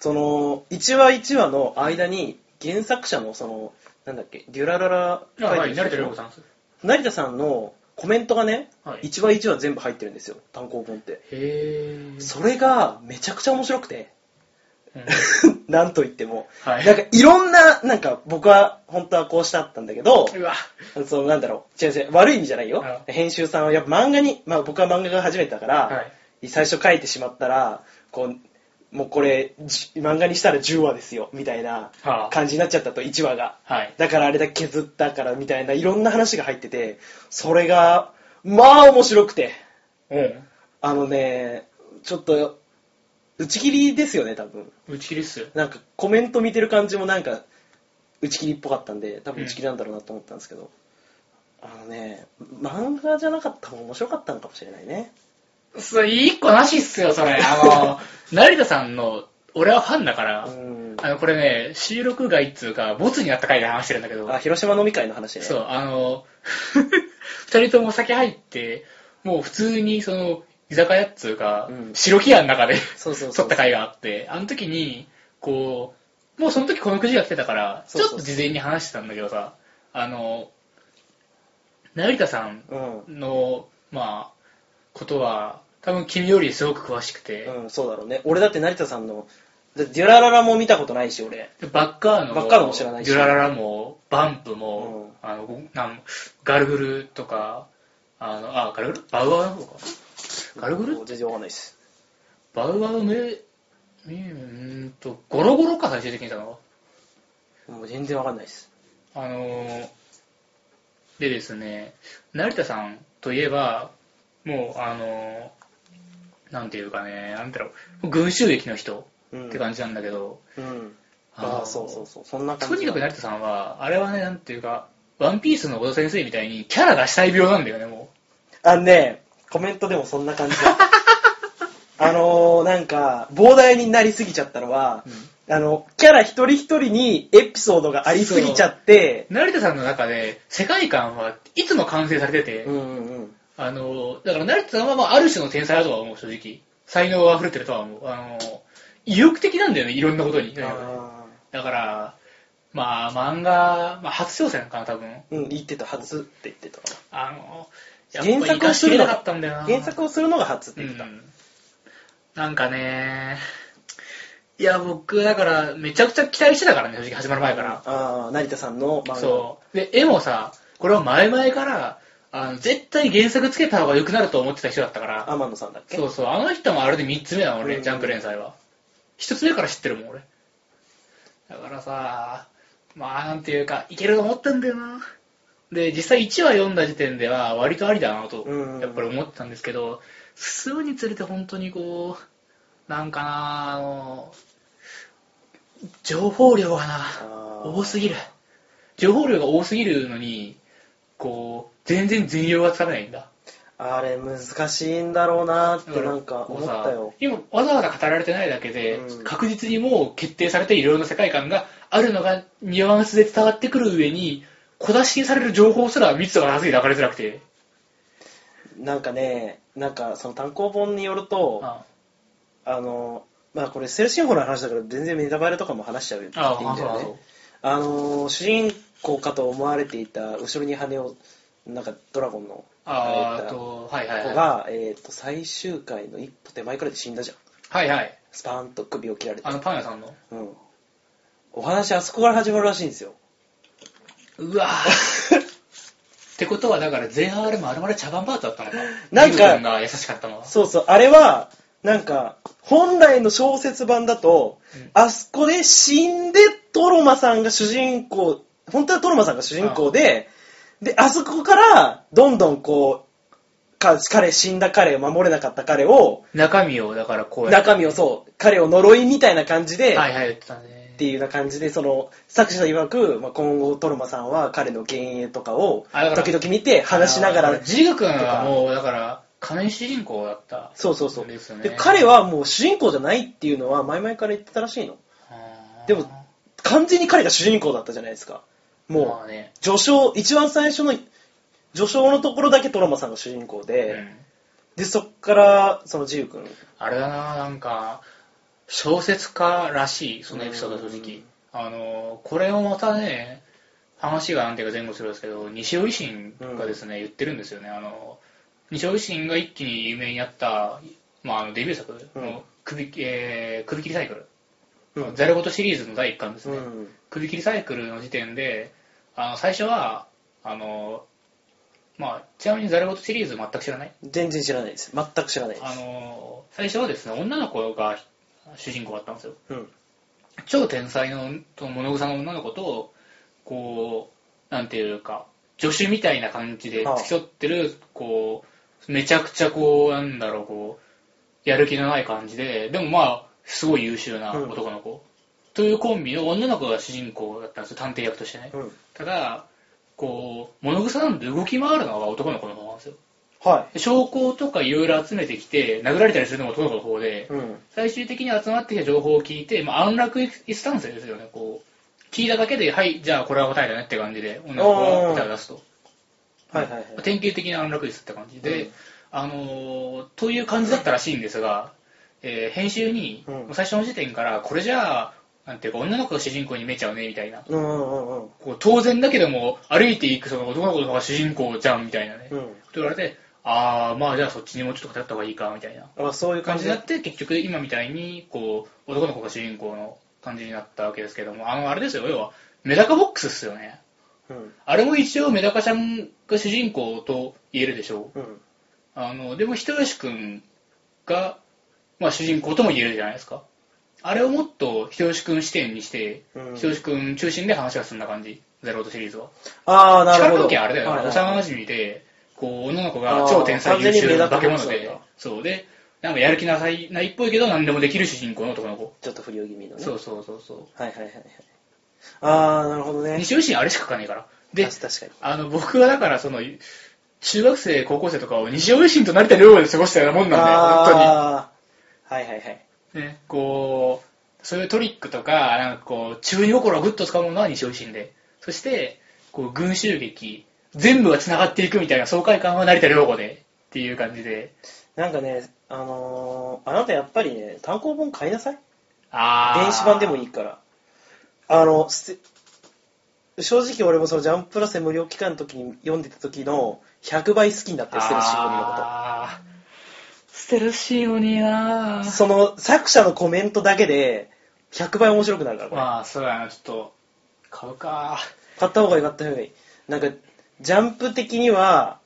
Speaker 2: その、1話1話の間に、原作者の、その、なんだっけ、デュラララ
Speaker 1: あはい、
Speaker 2: 人
Speaker 1: 成田涼子さんです。
Speaker 2: 成田さんのコメントがね、
Speaker 1: はい
Speaker 2: 一話一話全部入ってるんですよ、単行本って。
Speaker 1: へぇー。
Speaker 2: それがめちゃくちゃ面白くて、
Speaker 1: うん
Speaker 2: なんといっても。
Speaker 1: はい
Speaker 2: なんかいろんな、なんか僕は本当はこうしたったんだけど、
Speaker 1: うわ。
Speaker 2: そのなんだろう、違う違う、悪い意味じゃないよ。
Speaker 1: はい
Speaker 2: 編集さんはやっぱ漫画に、まあ僕は漫画が初めてだから、
Speaker 1: はい
Speaker 2: 最初書いてしまったら、こう、もうこれ、じ漫画にしたら10話ですよ、みたいな
Speaker 1: はあ
Speaker 2: 感じになっちゃったと、1話が。
Speaker 1: はい。
Speaker 2: だからあれだけ削ったからみたいないろんな話が入ってて、それが、まあ面白くて、
Speaker 1: う
Speaker 2: あのね、ちょっと、打ち切りですよね、多分。
Speaker 1: ん。打ち切りっすよ。
Speaker 2: なんかコメント見てる感じもなんか、打ち切りっぽかったんで、多分打ち切りなんだろうなと思ったんですけど、あのね、漫画じゃなかった方が面白かったのかもしれないね。
Speaker 1: そう、一個なしっすよ、それ。あの、成田さんの、俺はファンだから、
Speaker 2: うん。
Speaker 1: あの、これね、収録外っつうか、ボツになった回で話してるんだけど、
Speaker 2: あ、広島飲み会の話ね。
Speaker 1: そう、あの、 二人ともお酒入って、もう普通に、その、居酒屋っつうか、
Speaker 2: うん
Speaker 1: 白木屋の中で
Speaker 2: そうそうそ
Speaker 1: 撮
Speaker 2: う
Speaker 1: った回があって、あの時に、こう、もうその時このくじが来てたから、ち
Speaker 2: そう
Speaker 1: ょっ
Speaker 2: そう
Speaker 1: と
Speaker 2: そう
Speaker 1: 事前に話してたんだけどさ、あの、成田さん
Speaker 2: うん。
Speaker 1: の、まあ、ことは、多分君よりすごく詳しくて、
Speaker 2: うん、そうだろうね。俺だって成田さんの、だデュラララも見たことないし、俺。
Speaker 1: でバッカーノ
Speaker 2: バッカーノも知らないし
Speaker 1: デュラララも、バンプも、あのごなんガルグルとか、あの、あ、ガルグルバウアーの方か。ガルグル
Speaker 2: 全然わかんないです。
Speaker 1: バウアーのめ、うーんと、ゴロゴロか、最終的にいたのは。
Speaker 2: もう全然わかんないです。
Speaker 1: あのーでですね、成田さんといえば、もう、あのーなんていうかね、なんていうの、群衆劇の人
Speaker 2: うん。
Speaker 1: って感じなんだけど、
Speaker 2: うん。
Speaker 1: の
Speaker 2: あ
Speaker 1: ー
Speaker 2: あ、そうそうそう。そんな感
Speaker 1: と
Speaker 2: じ。
Speaker 1: にかく成田さんは、あれはね、なんていうか、ワンピースの小田先生みたいにキャラ出したい病なんだよね、も
Speaker 2: あのね、コメントでもそんな感じ だあのー、なんか、膨大になりすぎちゃったのは
Speaker 1: う、。
Speaker 2: あの、キャラ一人一人にエピソードがありすぎちゃって、
Speaker 1: 成田さんの中で世界観はいつも完成されてて、
Speaker 2: うんうんうん。
Speaker 1: あの、だから成田さんはまあある種の天才だとは思う、正直。才能が溢れてるとは思う。あの、意欲的なんだよね、いろんなことに。だ
Speaker 2: あ
Speaker 1: から、まあ漫画、まあ初挑戦かな、多分。
Speaker 2: ーうん、言ってた、初って言ってたか
Speaker 1: あの、やっぱ
Speaker 2: 原
Speaker 1: 生
Speaker 2: 作を
Speaker 1: かし
Speaker 2: す
Speaker 1: き
Speaker 2: る
Speaker 1: れ
Speaker 2: の
Speaker 1: な
Speaker 2: が
Speaker 1: かったんだよな。
Speaker 2: な。原作をするのが初って言ってた。
Speaker 1: うんなんかね、いや、僕、だから、めちゃくちゃ期待してたからね、正直、始まる前から。
Speaker 2: ああ、成田さんの漫画。
Speaker 1: そう。で、絵もさ、これは前々から、あの絶対原作つけた方が良くなると思ってた人だったから、
Speaker 2: 天野さんだっけ
Speaker 1: そうそう、あの人もあれで3つ目なの、俺、
Speaker 2: うん
Speaker 1: ジャンプ連載は。1つ目から知ってるもん、俺。だからさ、まあ、なんていうか、いけると思ったんだよな。で、実際1話読んだ時点では、割とありだなと
Speaker 2: うん、
Speaker 1: やっぱり思ってたんですけど、進むにつれて本当にこう、なんかな、あの、情報量がな、
Speaker 2: あー
Speaker 1: 多すぎる情報量が多すぎるのにこう全然全容がつかめないんだ
Speaker 2: あれ難しいんだろうなってなんか
Speaker 1: こ
Speaker 2: 思
Speaker 1: う
Speaker 2: っ
Speaker 1: さ
Speaker 2: たよ。
Speaker 1: 今わざわざ語られてないだけで、
Speaker 2: うん
Speaker 1: 確実にもう決定されていろいろな世界観があるのがニュアンスで伝わってくる上に小出しにされる情報すら密度がなすぎて分かりづらくて
Speaker 2: なんかね、なんかその単行本によると、あ
Speaker 1: あ
Speaker 2: の、まあこれセルシンフォの話だから全然ネタバレとかも話しちゃうよっていい
Speaker 1: あ
Speaker 2: んだよ
Speaker 1: あそう
Speaker 2: ね。あの、主人公かと思われていた後ろに羽を、なんかドラゴンの、
Speaker 1: あー
Speaker 2: れ
Speaker 1: あ
Speaker 2: だ
Speaker 1: とはいはいは
Speaker 2: 子
Speaker 1: い
Speaker 2: が、えっと、最終回の一歩手前くらいで死んだじゃん。
Speaker 1: はいはい
Speaker 2: スパーンと首を切られて
Speaker 1: あ。のパン屋さんの
Speaker 2: うん。お話あそこから始まるらしいんですよ。
Speaker 1: うわー ってことはだから前半あれもあれまで茶番バーツだったのか
Speaker 2: なんか
Speaker 1: ジュウ君が優しかったのは
Speaker 2: そうそう、あれは、なんか、本来の小説版だと、
Speaker 1: うん
Speaker 2: あそこで死んで、トロマさんが主人公、本当はトロマさんが主人公で、で、あそこから、どんどんこう、か彼、死んだ彼、守れなかった彼を、
Speaker 1: 中身をだからこうやって
Speaker 2: 中身をそう、彼を呪いみたいな感じで、
Speaker 1: はいはい言ってたね
Speaker 2: っていうような感じで、その、作者曰く、まあ、今後、トロマさんは彼の幻影とかを
Speaker 1: あだか、ら
Speaker 2: 時々見て、話しなが
Speaker 1: あ
Speaker 2: ら
Speaker 1: の、ジグ君はもうだから仮面主人公だった
Speaker 2: そうそうそう。
Speaker 1: ですよね
Speaker 2: で、彼はもう主人公じゃないっていうのは前々から言ってたらしいの。
Speaker 1: あー
Speaker 2: でも完全に彼が主人公だったじゃないですか。
Speaker 1: ま
Speaker 2: も
Speaker 1: あ
Speaker 2: う、
Speaker 1: ね
Speaker 2: 序章、一番最初の序章のところだけトロマさんが主人公
Speaker 1: う
Speaker 2: で、
Speaker 1: ん
Speaker 2: で、そっから、そのジウ君。
Speaker 1: あれだななんか小説家らしいそのエピソード正
Speaker 2: う
Speaker 1: 直
Speaker 2: ん
Speaker 1: あのこれをまたね話がなんていうか前後するんですけど西尾維新がですね言ってるんですよねあの西尾維新が一気に有名になったまああのデビュー作
Speaker 2: うん
Speaker 1: の首,、えー首切りサイクル
Speaker 2: うん
Speaker 1: ざるごとシリーズの第1巻です
Speaker 2: う
Speaker 1: ね、
Speaker 2: ん。
Speaker 1: 首切りサイクルの時点であの最初はあの、まあ、ちなみにザルゴトシリーズ全く知らない
Speaker 2: 全然知らないです。全く知らないで
Speaker 1: あ
Speaker 2: す。
Speaker 1: の最初はですね女の子が主人公だったんですよ
Speaker 2: うん。
Speaker 1: 超天才のと物草の女の子とこうなんていうか助手みたいな感じで
Speaker 2: ああ
Speaker 1: 付き添ってるこうめちゃくちゃこうなんだろうこうやる気のない感じででもまあすごい優秀な男の子、というコンビの女の子が主人公だったんですよ探偵役としてね、
Speaker 2: うん。
Speaker 1: ただこう、物草なんで動き回るのが男の子の方なんですよ。
Speaker 2: は
Speaker 1: で証拠とかいろいろ集めてきて、殴られたりするのも男の子の方で
Speaker 2: い。、うん。
Speaker 1: 最終的に集まってきた情報を聞いて、まあ、安楽椅子スタンスですよね、こう、聞いただけで、はい、じゃあこれは答えだねって感じで、女の子が答えを出すと。
Speaker 2: はいはいはい。
Speaker 1: 典型的な安楽椅子って感じで、
Speaker 2: うん
Speaker 1: あのーという感じだったらしいんですが、えー編集に、
Speaker 2: うん
Speaker 1: もう最初の時点から、これじゃあ、なんていうか、女の子が主人公に見えちゃうね、みたいな。
Speaker 2: うんうんうんうん。
Speaker 1: こう当然だけども、歩いていくその男の子の方が主人公じゃん、みたいなね。
Speaker 2: う
Speaker 1: と
Speaker 2: ん。
Speaker 1: 言われて、あー、まあじゃあそっちにもうちょっと偏った方がいいか、みたいな
Speaker 2: あ、そういう
Speaker 1: 感
Speaker 2: 感
Speaker 1: じ
Speaker 2: じ
Speaker 1: にな
Speaker 2: だ
Speaker 1: って、結局今みたいに、こう、男の子が主人公の感じになったわけですけども、あの、あれですよ、要は、メダカボックスっすよね。
Speaker 2: うん。
Speaker 1: あれも一応メダカちゃんが主人公と言えるでしょう。
Speaker 2: うん。
Speaker 1: あの、でも、人吉くんが、まあ、主人公とも言えるじゃないですか。あれをもっと人吉くん視点にして、
Speaker 2: うん
Speaker 1: 人吉くん中心で話が進んだ感じ、ゼロートシリーズは。
Speaker 2: ああ、なる
Speaker 1: 力
Speaker 2: ほど。
Speaker 1: 関係あれだよ、
Speaker 2: はいはい
Speaker 1: 幼馴染で、こう、女の子が超天才
Speaker 2: あー完全
Speaker 1: 優
Speaker 2: に
Speaker 1: 秀な化け物
Speaker 2: 目立たな
Speaker 1: で
Speaker 2: くなっちゃうんだ、
Speaker 1: そうで、なんかやる気なさいないっぽいけど、何でもできる主人公の男の子。
Speaker 2: ちょっと不良気味のね。
Speaker 1: そうそうそうそう。
Speaker 2: はいはいはいはい。ああ、なるほどね。
Speaker 1: 西尾維新あれしか書かねえから。で、
Speaker 2: 確確かに。
Speaker 1: あの、僕はだから、その、中学生、高校生とかを西尾維新と成田両で過ごしたようなもんなんだよ、本当に。
Speaker 2: ああ、はいはいはい。
Speaker 1: ね、こう、そういうトリックとか、なんかこう、中二心をぐっと掴むのは西尾維新で、そして、こう、群衆劇、全部が繋がっていくみたいな爽快感は成田良子で、っていう感じで、
Speaker 2: なんかね、あのーあなたやっぱりね、単行本買いなさい。
Speaker 1: あー
Speaker 2: 電子版でもいいから。あの、す正直俺もそのジャンププラスで無料期間の時に読んでた時の100倍好きになって捨てるシーンのこ
Speaker 1: あーステルシーゴにな
Speaker 2: と。
Speaker 1: ー
Speaker 2: その作者のコメントだけで100倍面白くなるから、これ。
Speaker 1: まあ、そうやな、ちょっと、買うか
Speaker 2: 買った方が良かった方がいい。なんか、ジャンプ的には、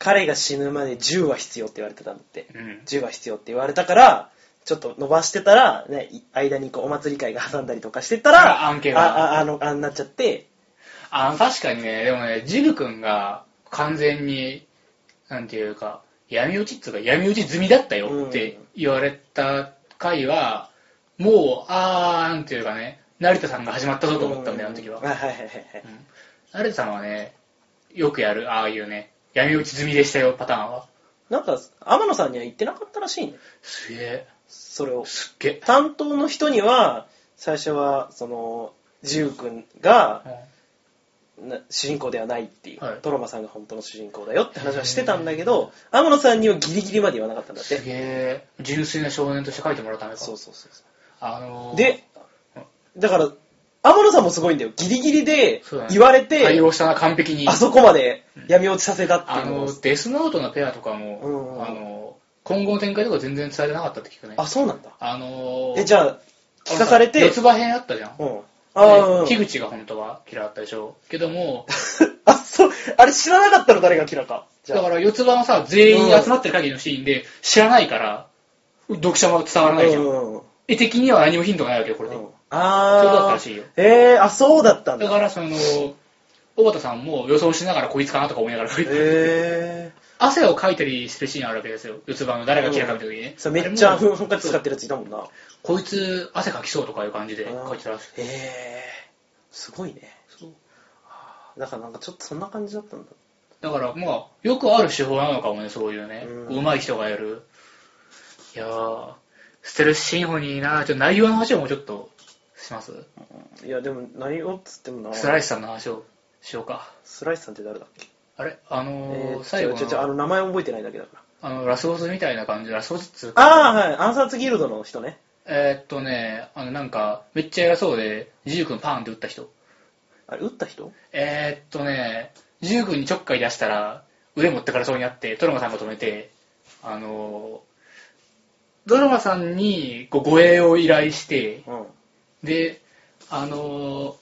Speaker 2: 彼が死ぬまで10は必要って言われてたんだって。
Speaker 1: うん。
Speaker 2: 10は必要って言われたから、ちょっと伸ばしてたら、ね、い間にこうお祭り会が挟んだりとかしてたら、
Speaker 1: あ案件が
Speaker 2: あ、あ、あの、あんなっちゃって、
Speaker 1: あの、確かにね、でもね、ジグ君が完全に、なんていうか、闇落ちっていうか、闇落ち済みだったよって言われた回は、もう、あー、なんていうかね、成田さんが始まったぞと思ったんだよ、あの時は
Speaker 2: うん。はいはいはいはい。
Speaker 1: 成田さんはね、よくやる、ああいうね、闇落ち済みでしたよ、パターンは。
Speaker 2: なんか、天野さんには言ってなかったらしいね。
Speaker 1: すげえ、
Speaker 2: それを。
Speaker 1: すっげえ。
Speaker 2: 担当の人には、最初は、その、ジュウ君が
Speaker 1: うん
Speaker 2: な主人公ではないっていう、
Speaker 1: はい
Speaker 2: トロマさんが本当の主人公だよって話はしてたんだけど、天野さんにはギリギリまで言わなかったんだっ
Speaker 1: す
Speaker 2: て。
Speaker 1: げえ、純粋な少年として書いてもらったのか。
Speaker 2: そうそうそうそ
Speaker 1: あのー
Speaker 2: う。で、だから、天野さんもすごいんだよ。ギリギリで言われて、
Speaker 1: 対応したな、完璧に。
Speaker 2: あそこまで闇落ちさせたってい
Speaker 1: あ
Speaker 2: うの
Speaker 1: の
Speaker 2: が
Speaker 1: デスノートのペアとか
Speaker 2: うんうん
Speaker 1: も、あの今後の展開とか全然伝えてなかったって聞くね。
Speaker 2: あ、そうなんだ。
Speaker 1: あの
Speaker 2: え、じゃあ、聞かされて、
Speaker 1: 四つ葉編あったじゃん。
Speaker 2: うん。あー
Speaker 1: で
Speaker 2: うん
Speaker 1: 樋口が本当は嫌だったでしょ。けども、
Speaker 2: あ、そう、あれ知らなかったの誰がキラか。じゃ
Speaker 1: だ
Speaker 2: あ、
Speaker 1: から四つ葉はさ、全員集まってる限りのシーンで、知らないから、読者も伝わらないじゃ。
Speaker 2: うんんうん
Speaker 1: 絵的には何もヒントがないわけよ、これ
Speaker 2: う
Speaker 1: で。
Speaker 2: ん。
Speaker 1: そうだった
Speaker 2: あ
Speaker 1: らしいよ
Speaker 2: ー、えー、あ、そうだったん
Speaker 1: だ
Speaker 2: だ。
Speaker 1: から、その、小畑さんも予想しながらこいつかなとか思いながら書いてる
Speaker 2: え
Speaker 1: 汗をかいたりしてるシーンあるわけですよ。四つ葉の誰が嫌いかみたいな時にね。
Speaker 2: ー、そうめっちゃ
Speaker 1: あれも
Speaker 2: ふんふんかつ使ってるやついたもんな。
Speaker 1: こいつ汗かきそうとかいう感じで書いてたらしい。
Speaker 2: えー、すごいね。
Speaker 1: そう
Speaker 2: だからなんかちょっとそんな感じだったんだ。
Speaker 1: だからまあよくある手法なのかもねそういうね
Speaker 2: うん
Speaker 1: こう上手い人がやるいやーステルシンフォニーなちょっと内容の話をもうちょっとします
Speaker 2: いや、でも内容っつってもな、
Speaker 1: スライスさんの話をしようか
Speaker 2: スライスさんって誰だっけ
Speaker 1: あれあ
Speaker 2: え
Speaker 1: のー
Speaker 2: ー、
Speaker 1: 最後
Speaker 2: ちょちょちょあ
Speaker 1: の
Speaker 2: の名前覚えてないだけだから。
Speaker 1: あのラスボスみたいな感じラスボスっつうか
Speaker 2: ああ、はい。暗殺ギルドの人ね。
Speaker 1: えーっとねあのなんかめっちゃ偉そうでジュー君パーンって打った人
Speaker 2: あれ、撃った人
Speaker 1: えーっとねジュー君にちょっかい出したら腕持ってからそうになってトロマさんが止めてあのードラマさんにこう護衛を依頼して、
Speaker 2: うん。
Speaker 1: で、あの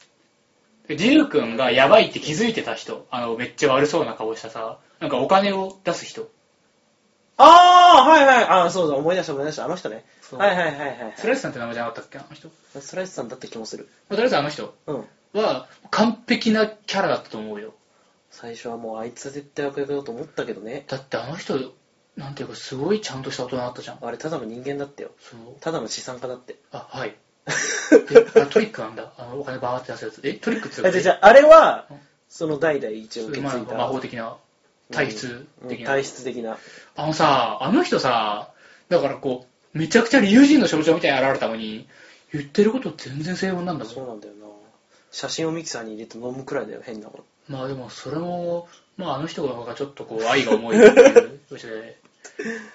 Speaker 1: ー、ジル君がやばいって気づいてた人、あの、めっちゃ悪そうな顔したさ、なんかお金を出す人。
Speaker 2: ああ、はいはい。ああ、そうだ、思い出した思い出した。あの人ね。
Speaker 1: そう
Speaker 2: はいはいはいはい。
Speaker 1: スライスさんって名前じゃなかったっけあの人。ま
Speaker 2: スライスさんだった気もする。
Speaker 1: あとりあえずあの人
Speaker 2: うん。
Speaker 1: は完璧なキャラだったと思うよ。
Speaker 2: 最初はもうあいつは絶対悪役だと思ったけどね。
Speaker 1: だってあの人、なんていうかすごいちゃんとした大人だったじゃん。
Speaker 2: あれ、ただの人間だってよ。
Speaker 1: そう。
Speaker 2: ただの資産家だって。
Speaker 1: あ、はい。えあトリックなんだ。あの、お金バーって出すやつ。え、トリックっつう
Speaker 2: あ、
Speaker 1: か
Speaker 2: じゃあじゃあ、あれは
Speaker 1: うん、
Speaker 2: その代々一応受け
Speaker 1: ま
Speaker 2: 継
Speaker 1: あ
Speaker 2: いだ。
Speaker 1: 魔法的な体質的な、
Speaker 2: 体質的な。
Speaker 1: あのさあの人さだからこうめちゃくちゃ理由人の象徴みたいに現れたのに言ってること全然正論なんだもん
Speaker 2: そうなんだよな。写真をミキサーに入れて飲むくらいだよ、変なこと。
Speaker 1: まあでもそれも、まああの人がちょっとこう愛が重いっていうそして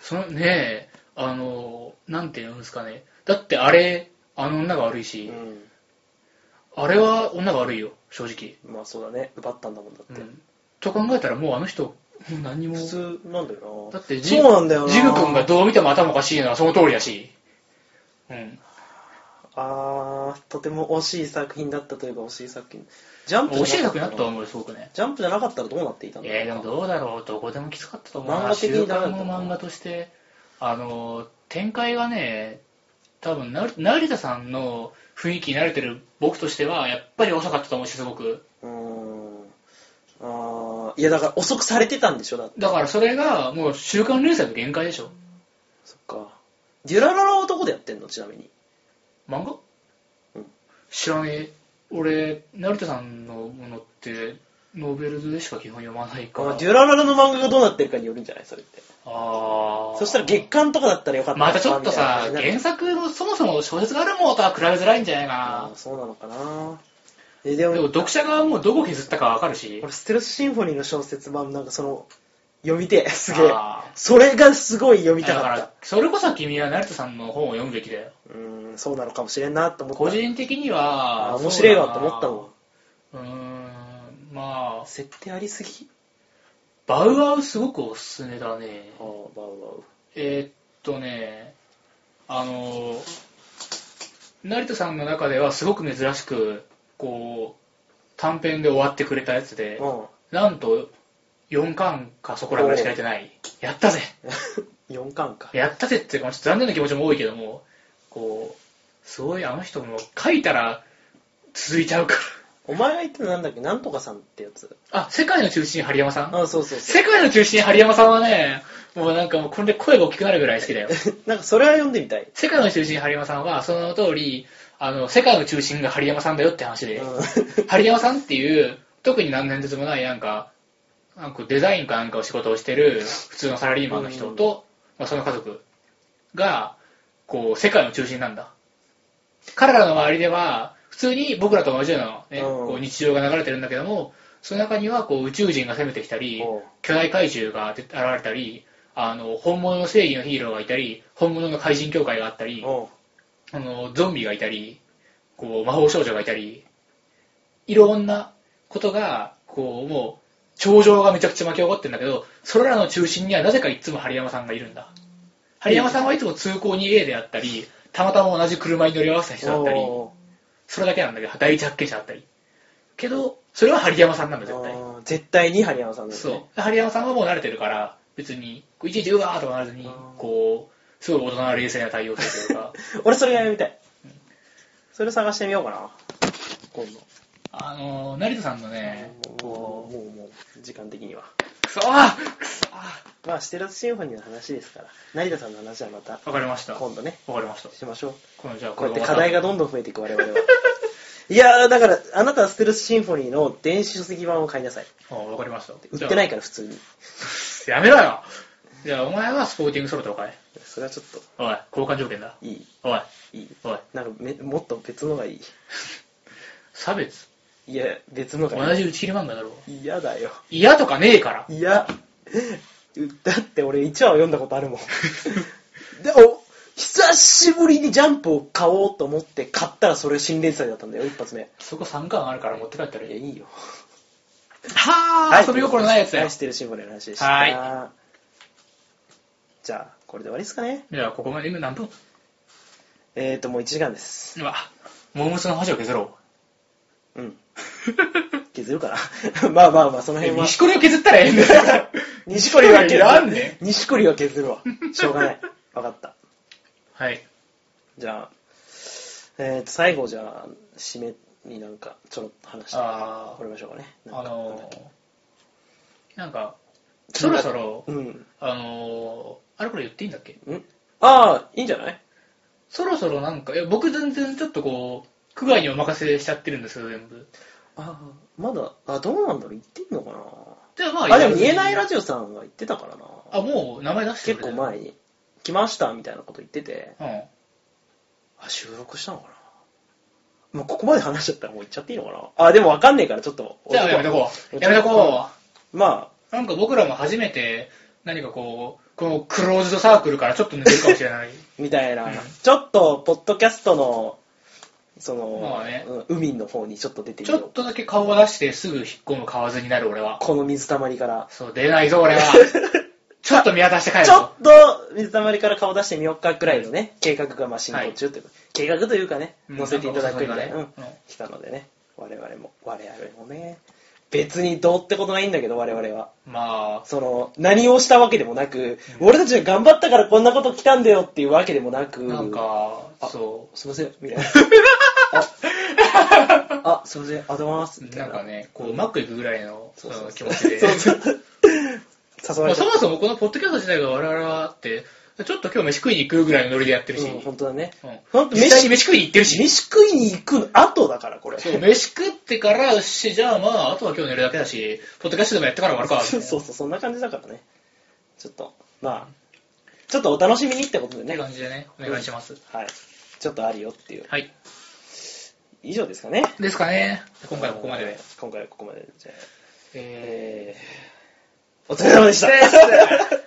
Speaker 1: そのねえ、あの、なんていうんですかね。だってあれ、あの女が悪いし、
Speaker 2: うん。
Speaker 1: あれは女が悪いよ、正直。
Speaker 2: まあそうだね。奪ったんだもんだって。
Speaker 1: うん。と考えたらもうあの人、もう何にも。
Speaker 2: 普通なんだよ
Speaker 1: だ
Speaker 2: な。
Speaker 1: ってジ
Speaker 2: そうなんだよな。
Speaker 1: ジグ君がどう見ても頭おかしいのはその通りだし。うん。
Speaker 2: あー、とても惜しい作品だったといえば惜しい作品。ジャンプ
Speaker 1: 教え
Speaker 2: じゃ
Speaker 1: たくな
Speaker 2: かたの
Speaker 1: った思うよ、すごくね。
Speaker 2: ジャンプじゃなかったらどうなっていたんだろう
Speaker 1: えー、でもどうだろう、どこでもきつかったと思う
Speaker 2: 漫
Speaker 1: な。
Speaker 2: 画的に
Speaker 1: 週
Speaker 2: ダメだった
Speaker 1: 刊
Speaker 2: の
Speaker 1: の漫画として、あの、展開がね、多分な成田さんの雰囲気に慣れてる僕としては、やっぱり遅かったと思うし、すごく。
Speaker 2: うーん。あー、いやだから遅くされてたんでしょ、だって。
Speaker 1: だからそれが、もう週刊連載の限界でしょ。
Speaker 2: そっか。デュラララはどこでやってんのちなみに。
Speaker 1: 漫画、
Speaker 2: うん
Speaker 1: 知らねえ。俺、成田さんのものって、ノーベルズでしか基本読まないから。
Speaker 2: あデュラララの漫画がどうなってるかによるんじゃないそれって。
Speaker 1: あー
Speaker 2: そしたら月刊とかだったらよかったの
Speaker 1: ま
Speaker 2: か
Speaker 1: たちょっとさ、
Speaker 2: みたいな感じにな
Speaker 1: 原作
Speaker 2: る
Speaker 1: のそもそも小説があるものとは比べづらいんじゃないかな
Speaker 2: あ。ーそうなのかな。えで
Speaker 1: でも
Speaker 2: も、
Speaker 1: 読者側もどこ削ったかわかるし
Speaker 2: 俺、ステルスシンフォニーの小説版なんかその、読みてえ、 すげえ
Speaker 1: あー。
Speaker 2: それがすごい読み
Speaker 1: だ
Speaker 2: た
Speaker 1: か
Speaker 2: かっ
Speaker 1: ら
Speaker 2: た。
Speaker 1: それこそ君は成田さんの本を読むべきだよ
Speaker 2: うーん、そうなのかもしれんなと思った。
Speaker 1: 個人的には
Speaker 2: あー面白いわと思ったもん。
Speaker 1: たもんうーんまあ
Speaker 2: 設定ありすぎ。
Speaker 1: バウアウすごくおすすめだね
Speaker 2: ああ、バウバウ。
Speaker 1: えーっとねあの成田さんの中ではすごく珍しくこう短編で終わってくれたやつで
Speaker 2: う
Speaker 1: なんと4巻かそこらぐらいしかやってないやったぜ
Speaker 2: ん。4巻 か。
Speaker 1: やったぜっていうか、ちょっと残念な気持ちも多いけども、こう、すごいあの人も書いたら続いちゃうか
Speaker 2: お前が言ってたなんだっけ、なんとかさんってやつ。
Speaker 1: ら。あ、世界の中心、針山さん
Speaker 2: あそうそうそ
Speaker 1: 世界の中心、針山さんはね、もうなんかもうこれで声が大きくなるぐらい好きだよ。
Speaker 2: う。 なんかそれは読んでみたい。
Speaker 1: 世界の中心、針山さんは、その通り、あの、世界の中心が針山さんだよって話で、
Speaker 2: う
Speaker 1: 針山さんっていう、特に何年ずもない、なんか、なんかデザインかなんかを仕事をしてる普通のサラリーマンの人と、まあ、その家族が、こう、世界の中心なんだ。彼らの周りでは、普通に僕らと同じような、ね、
Speaker 2: うん
Speaker 1: こう日常が流れてるんだけども、その中にはこう宇宙人が攻めてきたり
Speaker 2: おう、
Speaker 1: 巨大怪獣が現れたり、あの本物の正義のヒーローがいたり、本物の怪人協会があったり
Speaker 2: ん。、おう
Speaker 1: あのゾンビがいたりこう魔法少女がいたりいろんなことがこうもう頂上がめちゃくちゃ巻き起こってるんだけどそれらの中心にはなぜかいつも針山さんがいるんだ針山さんはいつも通行に A であったりたまたま同じ車に乗り合わせた人だったり
Speaker 2: お
Speaker 1: それだけなんだけど第一発見者だったりけどそれは針山さんなんだ
Speaker 2: う
Speaker 1: 絶対
Speaker 2: あー絶対に針山さんだよね。
Speaker 1: そう針山さんはもう慣れてるから別にこういちいちうわーとかならずに
Speaker 2: あー
Speaker 1: こうすごい大人な冷静な対応をするという か
Speaker 2: 俺それが読みたい。それ探してみようかな。今度。
Speaker 1: あの成田さんのね
Speaker 2: も
Speaker 1: こ
Speaker 2: う、もう、もう、時間的には。
Speaker 1: うくそーくそー
Speaker 2: まあ、ステラスシンフォニーの話ですから、成田さんの話はまた、
Speaker 1: わかりましたわ
Speaker 2: 今度ね、
Speaker 1: かりました
Speaker 2: しましょう。
Speaker 1: このじゃあ
Speaker 2: こうやって課題が
Speaker 1: ど
Speaker 2: どんどん増えていく我々は。 いやー、だから、あなたはステルスシンフォニーの電子書籍版を買いなさい。
Speaker 1: わかりました
Speaker 2: 売ってないいから、普通に。
Speaker 1: やめろよじゃあお前はスポーティングソロとかい
Speaker 2: それはちょっと、
Speaker 1: おい交換条件だ
Speaker 2: いい、
Speaker 1: おい
Speaker 2: いい。
Speaker 1: おい
Speaker 2: なんかめ、もっと別のがいい。
Speaker 1: 差別
Speaker 2: いや、別のが
Speaker 1: 同
Speaker 2: い
Speaker 1: じ打ち切り漫画だろ
Speaker 2: い。嫌だよ。
Speaker 1: 嫌とかねえ から
Speaker 2: いや、だって俺1話を読んだことあるもん。でも、久しぶりにジャンプを買おうと思って買ったらそれ新連載だったんだよ、一発目。い
Speaker 1: そこ3巻あるから持って帰ったらい
Speaker 2: や、
Speaker 1: い
Speaker 2: いいよ。
Speaker 1: は
Speaker 2: は
Speaker 1: あ遊び心ないやつだよ
Speaker 2: 愛してるシンボルの話でした。
Speaker 1: は
Speaker 2: じゃあ、これで終わりですかね。
Speaker 1: じゃあここまで今何分
Speaker 2: えーと、もう1時間です。
Speaker 1: うわモームスの恥を 削ろ
Speaker 2: うん。
Speaker 1: う
Speaker 2: 削るかな。 まあまあまあ、その
Speaker 1: え
Speaker 2: 辺は。
Speaker 1: 錦織を削ったらええんだよ
Speaker 2: 錦織は
Speaker 1: い
Speaker 2: 削
Speaker 1: らんね
Speaker 2: る。錦織は削るわ。しょうがない。わかった。
Speaker 1: はい
Speaker 2: じゃあ、えーと、最後じゃあ、締めになんか、ちょろっと話して
Speaker 1: あー
Speaker 2: 終わりましょうかね。な
Speaker 1: あ
Speaker 2: んか
Speaker 1: のー、なんか、そろそろ、
Speaker 2: うん。
Speaker 1: あのー、あれこれ言っていいんだっけ
Speaker 2: んああ、いいんじゃない
Speaker 1: そろそろなんか、いや僕全然ちょっとこう、区外にお任せしちゃってるんですよ、全部。
Speaker 2: ああ、まだ、あ、どうなんだろう、言っていいのかな。
Speaker 1: で、ま
Speaker 2: あ、でも、言えないラ
Speaker 1: ジ
Speaker 2: ジオさんが言ってたからな。
Speaker 1: あ、もう名前出して
Speaker 2: 結構前に、来ましたみたいなこと言ってて、
Speaker 1: 前。
Speaker 2: あ、収録したのかな。もうここまで話しちゃったらもう行っちゃっていいのかな。あ、でもわかんねえから、ちょっと。
Speaker 1: うん。じゃあやめとこう。やめとこ
Speaker 2: う。ま
Speaker 1: う。なんか僕らも初めて、何かこう、このクローズドサークルからちょっと抜けるかもしれない。
Speaker 2: あ、みたいな、
Speaker 1: うん
Speaker 2: ちょっと、ポッドキャストの、その、
Speaker 1: まあね
Speaker 2: うん海の方にちょっと出てみ
Speaker 1: ち
Speaker 2: よ
Speaker 1: ょ
Speaker 2: う。
Speaker 1: っとだけ顔を出してすぐ引っ込む買わずになる俺は。
Speaker 2: この水たまりから。
Speaker 1: そう、出ないぞ俺 は。ちょっと見渡して帰る
Speaker 2: ちょ
Speaker 1: ぞ。
Speaker 2: っと水たまりから顔出してみようかくらいのね、計画がまあ進行中というか、計画というかね、
Speaker 1: うん
Speaker 2: 載せていただくみたいな、
Speaker 1: う
Speaker 2: うんん
Speaker 1: うん
Speaker 2: 来たのでね、我々も、我々もね、別にどうってことないんだけど、我々は。
Speaker 1: まあ、
Speaker 2: その、何をしたわけでもなく、俺たちが頑張ったからこんなこと来たんだよっていうわけでもなく、
Speaker 1: なんか、そ
Speaker 2: すいません、み たいな。あ、あすいません、ありがとうございます、み
Speaker 1: う、
Speaker 2: たいな
Speaker 1: な。んかね、こう、うまくいくぐらいのそ
Speaker 2: そうそ
Speaker 1: の
Speaker 2: う
Speaker 1: 気
Speaker 2: そ
Speaker 1: 持
Speaker 2: う
Speaker 1: ちで。
Speaker 2: そうそう誘わ
Speaker 1: まあ
Speaker 2: れち
Speaker 1: そ
Speaker 2: ゃっ
Speaker 1: もそもこのポッドキャスト自体が我々はあって、ちょっと今日飯食いに行くぐらいのノリでやってる
Speaker 2: た。
Speaker 1: し、
Speaker 2: うん、本当だね。
Speaker 1: うん
Speaker 2: ほんと
Speaker 1: 実際に飯食いに行ってるし、
Speaker 2: 飯食いに行く後だから、これ。
Speaker 1: そう飯食ってから、よし、じゃあまあ、あとは今日寝るだけだし、ポッドキャストでもやってから終わるか、みたい
Speaker 2: そう
Speaker 1: な
Speaker 2: そうそう、そんな感じだからね。ちょっと、まあ、ちょっとお楽しみにってことで
Speaker 1: って
Speaker 2: ね。
Speaker 1: 感じでね、お願いします。
Speaker 2: はい。ちょっとあるよっていう。
Speaker 1: はい。
Speaker 2: 以上ですかね。
Speaker 1: ですかね、今回はここまで
Speaker 2: え
Speaker 1: で。
Speaker 2: ー今回はここまでで。じゃあ
Speaker 1: え
Speaker 2: えー、お疲れ様でした。